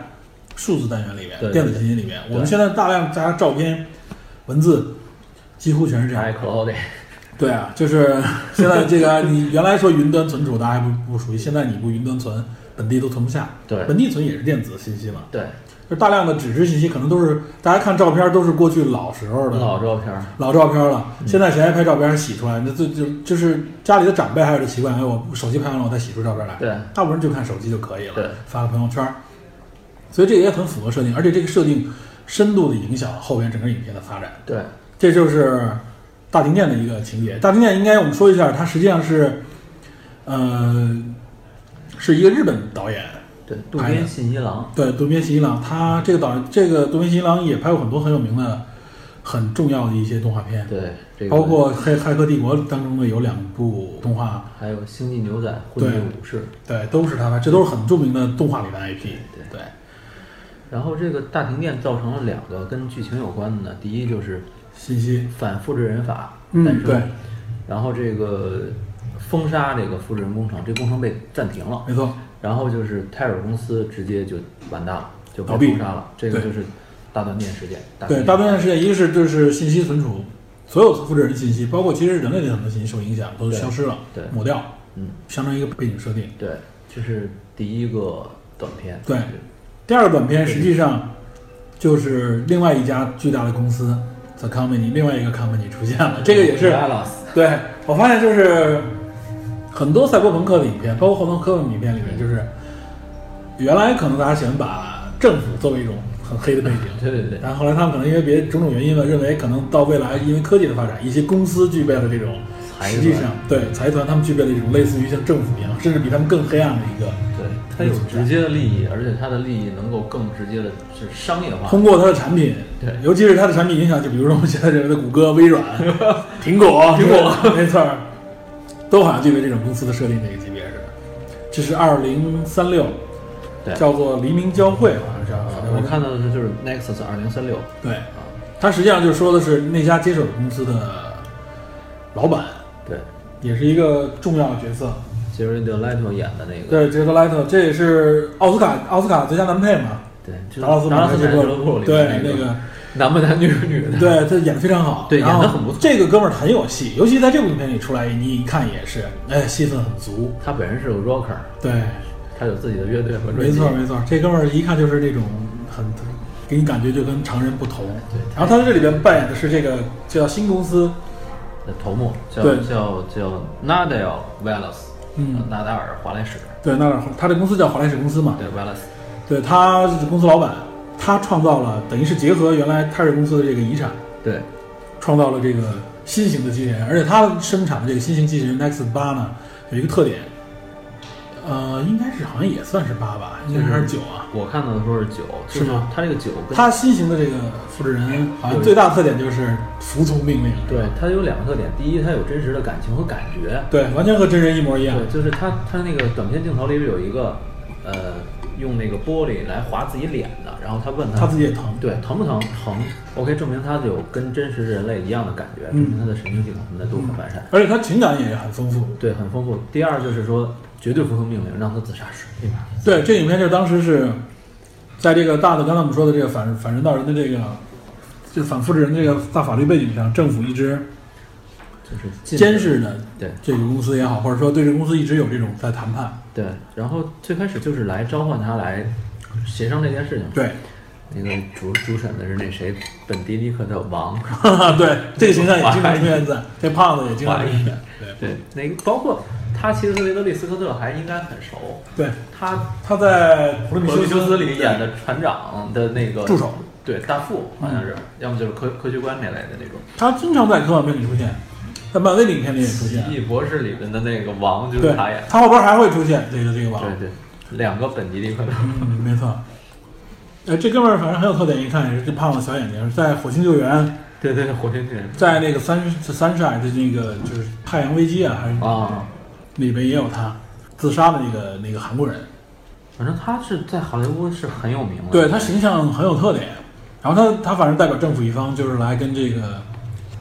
B: 数字单元里面，
C: 对对
B: 电子信息里面。
C: 对
B: 我们现在大量加照片、文字，几乎全是这样。
C: iCloud
B: 对啊，就是 现在这个你原来说云端存储，大家不不熟悉，现在你不云端存，本地都存不下。
C: 对
B: 本地存也是电子信息嘛，
C: 对，
B: 就是大量的纸质信息，可能都是大家看照片都是过去老时候的
C: 老嗯照片儿，
B: 老照片了。现在谁还拍照片洗出来？那就就就是家里的长辈还有这习惯，哎，我手机拍完了我再洗出照片来。
C: 对
B: 大部分人就看手机就可以了，
C: 对
B: 发个朋友圈儿。所以这也很符合设定，而且这个设定深度的影响了后边整个影片的发展。
C: 对
B: 这就是大停电的一个情节。大停电应该我们说一下，它实际上是，呃，是一个日本导演，
C: 对，渡
B: 拍的
C: 边信一郎，
B: 对，渡边信一郎。他这个导这个渡边信一郎也拍过很多很有名的、很重要的一些动画片，
C: 对，这个
B: 包括《黑骇客帝国》当中的有两部动画，
C: 还有《星际牛仔》《混
B: 对
C: 沌武士》。
B: 对，都是他拍，这都是很著名的动画里的 IP
C: 对
B: 对。
C: 然后这个大停电造成了两个跟剧情有关的呢，第一就是
B: 信息，
C: 反复制人法诞
B: 嗯，
C: 生，
B: 对，
C: 然后这个封杀这个复制人工程，这工程被暂停了，
B: 没错，
C: 然后就是泰尔公司直接就完蛋了，就被
B: 倒闭
C: 封杀了，这个
B: 对
C: 就是大断电事件。
B: 对，大多数事件，一个是就是信息存储，所有复制人信息，包括其实人类的很多信息受影响，都
C: 对
B: 消失了，
C: 对
B: 抹掉，
C: 嗯，
B: 相当于一个背景设定。
C: 对，这是第一个短片。
B: 对第二个短片实际上就是另外一家巨大的公司 The Company，另外一个 Company 出现了，这个也是
C: a l a s
B: 对我发现就是很多赛博朋克的影片，包括后朋克的影片里面，就是原来可能大家喜欢把政府作为一种很黑的背景，
C: 对对对
B: 然后后来他们可能因为别种种原因吧，认为可能到未来因为科技的发展，一些公司具备了这种
C: 财团
B: 实际上对财团他们具备了一种类似于像政府一样，甚至比他们更黑暗的一个，
C: 对，它有直接的利益，而且它的利益能够更直接的是商业化。
B: 通过它的产品，
C: 对
B: 尤其是它的产品影响，就比如说我们现在认为的谷歌、微 软、苹果、苹果，没错儿，都好像具备这种公司的设定这个级别似的。这是二零三六，
C: 对
B: 叫做黎明交汇，好像是
C: 啊
B: 叫。
C: 我看到的是就是 Nexus 二零三六
B: 对，
C: 啊，
B: 它实际上就说的是那家接手公司的老板，
C: 对，
B: 也是一个重要的角色。
C: 杰瑞德莱特演的那个，
B: 对，杰克莱特，这也是奥斯卡奥斯卡最佳男配 嘛，
C: 对，就是
B: 达拉斯
C: 达拉
B: 买
C: 斯
B: 卖
C: 买俱乐部里
B: 对
C: 面
B: 那
C: 个
B: 个。
C: 男不男女不女的，
B: 对他演的非常好，
C: 对
B: 然后
C: 演得很不错
B: 这个哥们儿很有戏，尤其在这部影片里出来，你一看也是，哎，戏份很足。
C: 他本人是个 rocker，
B: 对，
C: 他有自己的乐队和专
B: 没
C: 辑
B: 错，没错，这哥们儿一看就是那种很给你感觉就跟常人不同。
C: 对
B: 然后他在这里边扮演的是这个叫新公司，
C: 的头目叫
B: 对
C: 叫叫 Nadal Wallace，呃
B: 嗯，
C: 纳达尔华莱士，
B: 对，那他这公司叫华莱士公司嘛，
C: 对 Wallace，
B: 对他是公司老板，他创造了等于是结合原来泰瑞公司的这个遗产，
C: 对
B: 创造了这个新型的机器人，而且它生产的这个新型机器人 Next 八呢，有一个特点，呃，应该是好像也算是八吧，应该是还是九啊。
C: 我看到的说是九，就是
B: 吗？
C: 他这个九跟
B: 它新型的这个复制人好像最大的特点就是服从命令，
C: 对它有两个特点，第一，它有真实的感情和感觉，
B: 对，完全和真人一模一样。
C: 对，就是他他那个短片镜头里边有一个，呃，用那个玻璃来划自己脸的，然后他问他，
B: 他自己也疼，
C: 对疼不疼？疼。OK，证明他有跟真实人类一样的感觉，证
B: 嗯
C: 明他的神经系统什么的都很完善，
B: 而且他情感也很丰富。
C: 对，很丰富。第二就是说绝对服从命令，让他自杀时立马。
B: 对，这影片就是当时是在这个大的，刚才我们说的这个反反人道人的这个，就反复制人的这个大法律背景上，政府一直
C: 就是禁止
B: 监视着
C: 对
B: 这个公司也好，或者说对这个公司一直有这种在谈判。
C: 对，然后最开始就是来召唤他来协商这件事情。
B: 对，
C: 那个主主审的是那谁，本迪尼克的王，
B: 对，这个形象也经常出现在，这胖子也经常出现在。对
C: 对，那个包括他其实和雷德利·斯科特还应该很熟，
B: 对，
C: 他
B: 他在《普
C: 普
B: 罗米
C: 罗米修
B: 修
C: 斯
B: 斯》
C: 里演的船长的那个
B: 助手，嗯
C: 对大副好像是，要么就是科科学官那类的那种。
B: 他经常在科幻片里出现，在漫威的影片里也出现
C: 奇。异博士里边的那个王就是
B: 对
C: 他演，的，
B: 他后边还会出现这个这个网。
C: 对对，两个本迪尼克的，
B: 嗯，没错。呃，这哥们儿反正很有特点，一看也是这胖子小眼睛，在《火星救援》
C: 对对对，火星人
B: 在那个三三晒的那个就是《太阳危机》啊，还是
C: 啊，
B: 里边也有他自杀的那个那个韩国人。
C: 反正他是在好莱坞是很有名的，
B: 对他形象很有特点，然后他他反正代表政府一方，就是来跟这个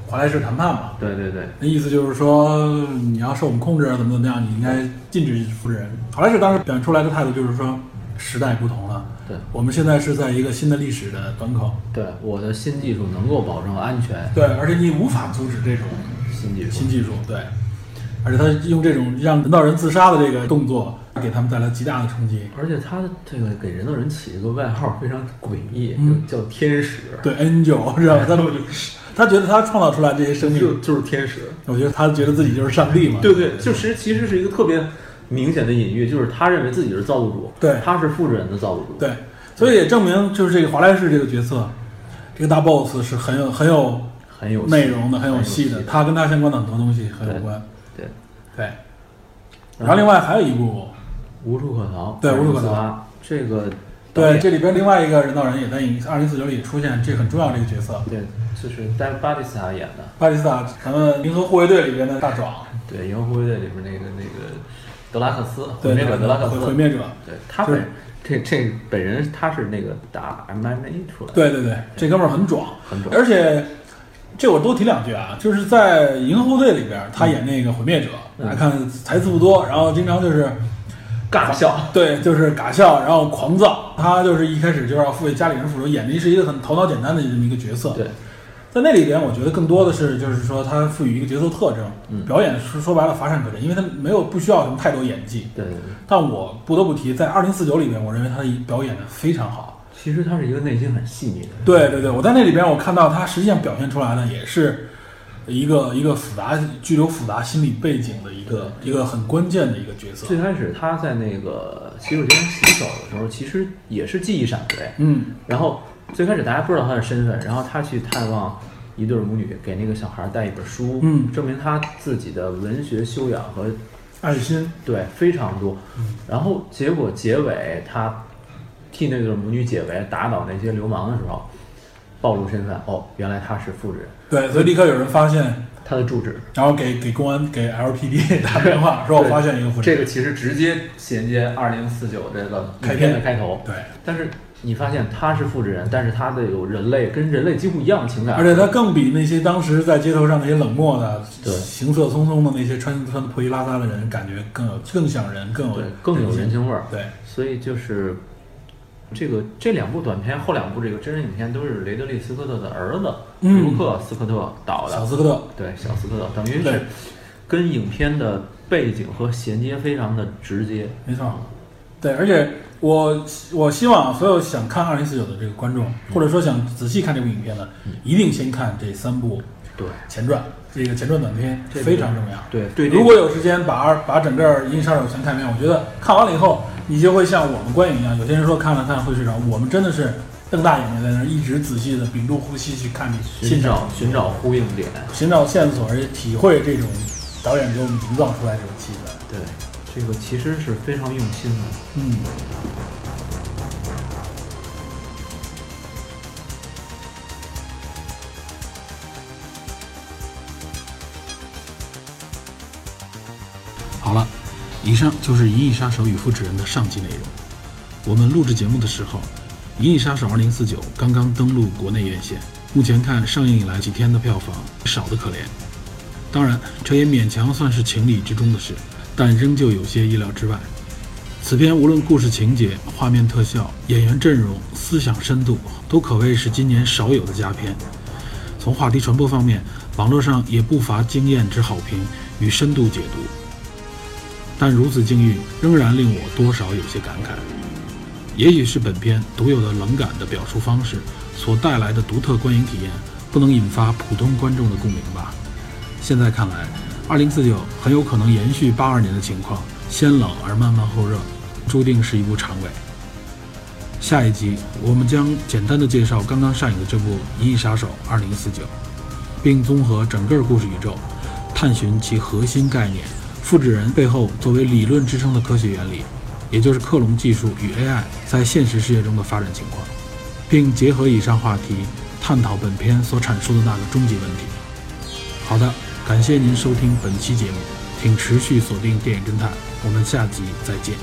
B: 华莱士谈判嘛。
C: 对对对，
B: 那意思就是说，你要受我们控制，啊怎么怎么样，你应该禁止复制人。华莱士当时表现出来的态度就是说，时代不同了，
C: 对
B: 我们现在是在一个新的历史的端口，
C: 对，我的新技术能够保证安全，
B: 对，而且你无法阻止这种
C: 新技术
B: 新技术，对，而且他用这种让人造人自杀的这个动作，给他们带来极大的冲击。
C: 而且他这个给人造人起一个外号非常诡异，
B: 嗯
C: 就叫天使，
B: 对 N 九知道吧？他他觉得他创造出来这些生
C: 就
B: 命，
C: 就是天使。
B: 我觉得他觉得自己就是上帝嘛。
C: 对对，就是其实是一个特别明显的隐喻，就是他认为自己是造物主，
B: 对
C: 他是复制人的造物主，
B: 对，所以也证明就是这个华莱士这个角色，这个大 boss 是很有很有
C: 很有
B: 内容的，很有
C: 有
B: 戏的，
C: 的。
B: 他跟他相关的很多东西很有关。
C: 对，
B: 对，然后另外还有一部，
C: 无处可逃，
B: 对无处可逃
C: 逃，这个导
B: 对，
C: 演
B: 这里边另外一个人造人也在《二零四九》里出现，这很重要这个角色，
C: 对，就是戴巴蒂斯塔演的，
B: 巴蒂斯塔，咱们《银河护卫队》里边的大壮，
C: 对《银河护卫队》里边那个那个德拉克斯，毁
B: 对，
C: 灭者德拉克
B: 毁毁
C: 斯，
B: 灭者，
C: 对他
B: 就是
C: 本这这本人他是那个打 MMA 出来的，
B: 对对对，这哥们儿很壮，
C: 很准，
B: 而且这我多提两句啊，就是在《银河护卫队》里边，他演那个毁灭者，
C: 嗯
B: 大家看台词不多，然后经常就是
C: 尬笑，
B: 对，就是嘎笑，然后狂躁。他就是一开始就要为家里人付出，演的是一个很头脑简单的这么一个角色。
C: 对，
B: 在那里边，我觉得更多的是就是说他赋予一个角色特征，
C: 嗯
B: 表演是说白了乏善可陈，因为他没有不需要什么太多演技。
C: 对对对。
B: 但我不得不提，在《二零四九》里边，我认为他的表演的非常好。
C: 其实他是一个内心很细腻的人，
B: 对对对，我在那里边我看到他实际上表现出来的也是一个一个复杂具有复杂心理背景的一个一个很关键的一个角色。
C: 最开始他在那个洗手间洗手的时候，其实也是记忆闪回。
B: 嗯，
C: 然后最开始大家不知道他的身份，然后他去探望一对母女，给那个小孩带一本书，
B: 嗯
C: 证明他自己的文学修养和
B: 爱心，
C: 对非常多。
B: 嗯
C: 然后结果结尾他替那对母女解围，打倒那些流氓的时候，暴露身份，哦，原来他是复制人，
B: 对，所以立刻有人发现
C: 他的住址。
B: 然后给给公安给 LPD 打电话，说我发现一个复
C: 这
B: 制。
C: 个其实直接衔接二零四九这个
B: 开
C: 影片的
B: 篇
C: 开头。
B: 对，
C: 但是你发现他是复制人，但是他的有人类跟人类几乎一样的情感，
B: 而且他更比那些当时在街头上那些冷漠的、
C: 对
B: 行色匆匆的那些穿穿破衣拉撒的人，感觉更有更像人，更有
C: 对更有人情味儿。
B: 对
C: 所以就是这个这两部短片，后两部这个真人影片都是雷德利·斯科特的儿子
B: 嗯
C: 卢克·斯科特导
B: 小
C: 的，
B: 斯科特。
C: 对小斯科特，等于
B: 对
C: 是跟影片的背景和衔接非常的直接。
B: 没错，对，而且我我希望所有想看《二零四九》的这个观众，
C: 嗯
B: 或者说想仔细看这部影片的，一定先看这三部
C: 对
B: 前传，这个前传短片
C: 这个
B: 非常重要。
C: 对对，
B: 如果有时间把二把整个《银翼杀手》全看遍，我觉得看完了以后，你就会像我们观影一样，有些人说看了看会睡着，我们真的是瞪大眼睛在那儿一直仔细的屏住呼吸去看你
C: 寻
B: 欣赏
C: 找寻找呼应点，
B: 寻找线索，而且体会这种导演给我们营造出来这种气氛。
C: 对，这个其实是非常用心的。
B: 嗯。好了，以上就是《银翼杀手与复制人》的上期内容。我们录制节目的时候，《银翼杀手2049》刚刚登陆国内院线，目前看上映以来几天的票房少得可怜。当然，这也勉强算是情理之中的事，但仍旧有些意料之外。此片无论故事情节、画面特效、演员阵容、思想深度，都可谓是今年少有的佳片。从话题传播方面，网络上也不乏惊艳之好评与深度解读。但如此境遇，仍然令我多少有些感慨。也许是本片独有的冷感的表述方式所带来的独特观影体验，不能引发普通观众的共鸣吧。现在看来，二零四九很有可能延续八二年的情况，先冷而慢慢后热，注定是一部长尾。下一集我们将简单的介绍刚刚上映的这部《银翼杀手二零四九》，并综合整个故事宇宙，探寻其核心概念、复制人背后作为理论支撑的科学原理，也就是克隆技术与 AI 在现实世界中的发展情况，并结合以上话题，探讨本片所阐述的那个终极问题。好的，感谢您收听本期节目，请持续锁定《电影侦探》，我们下集再见。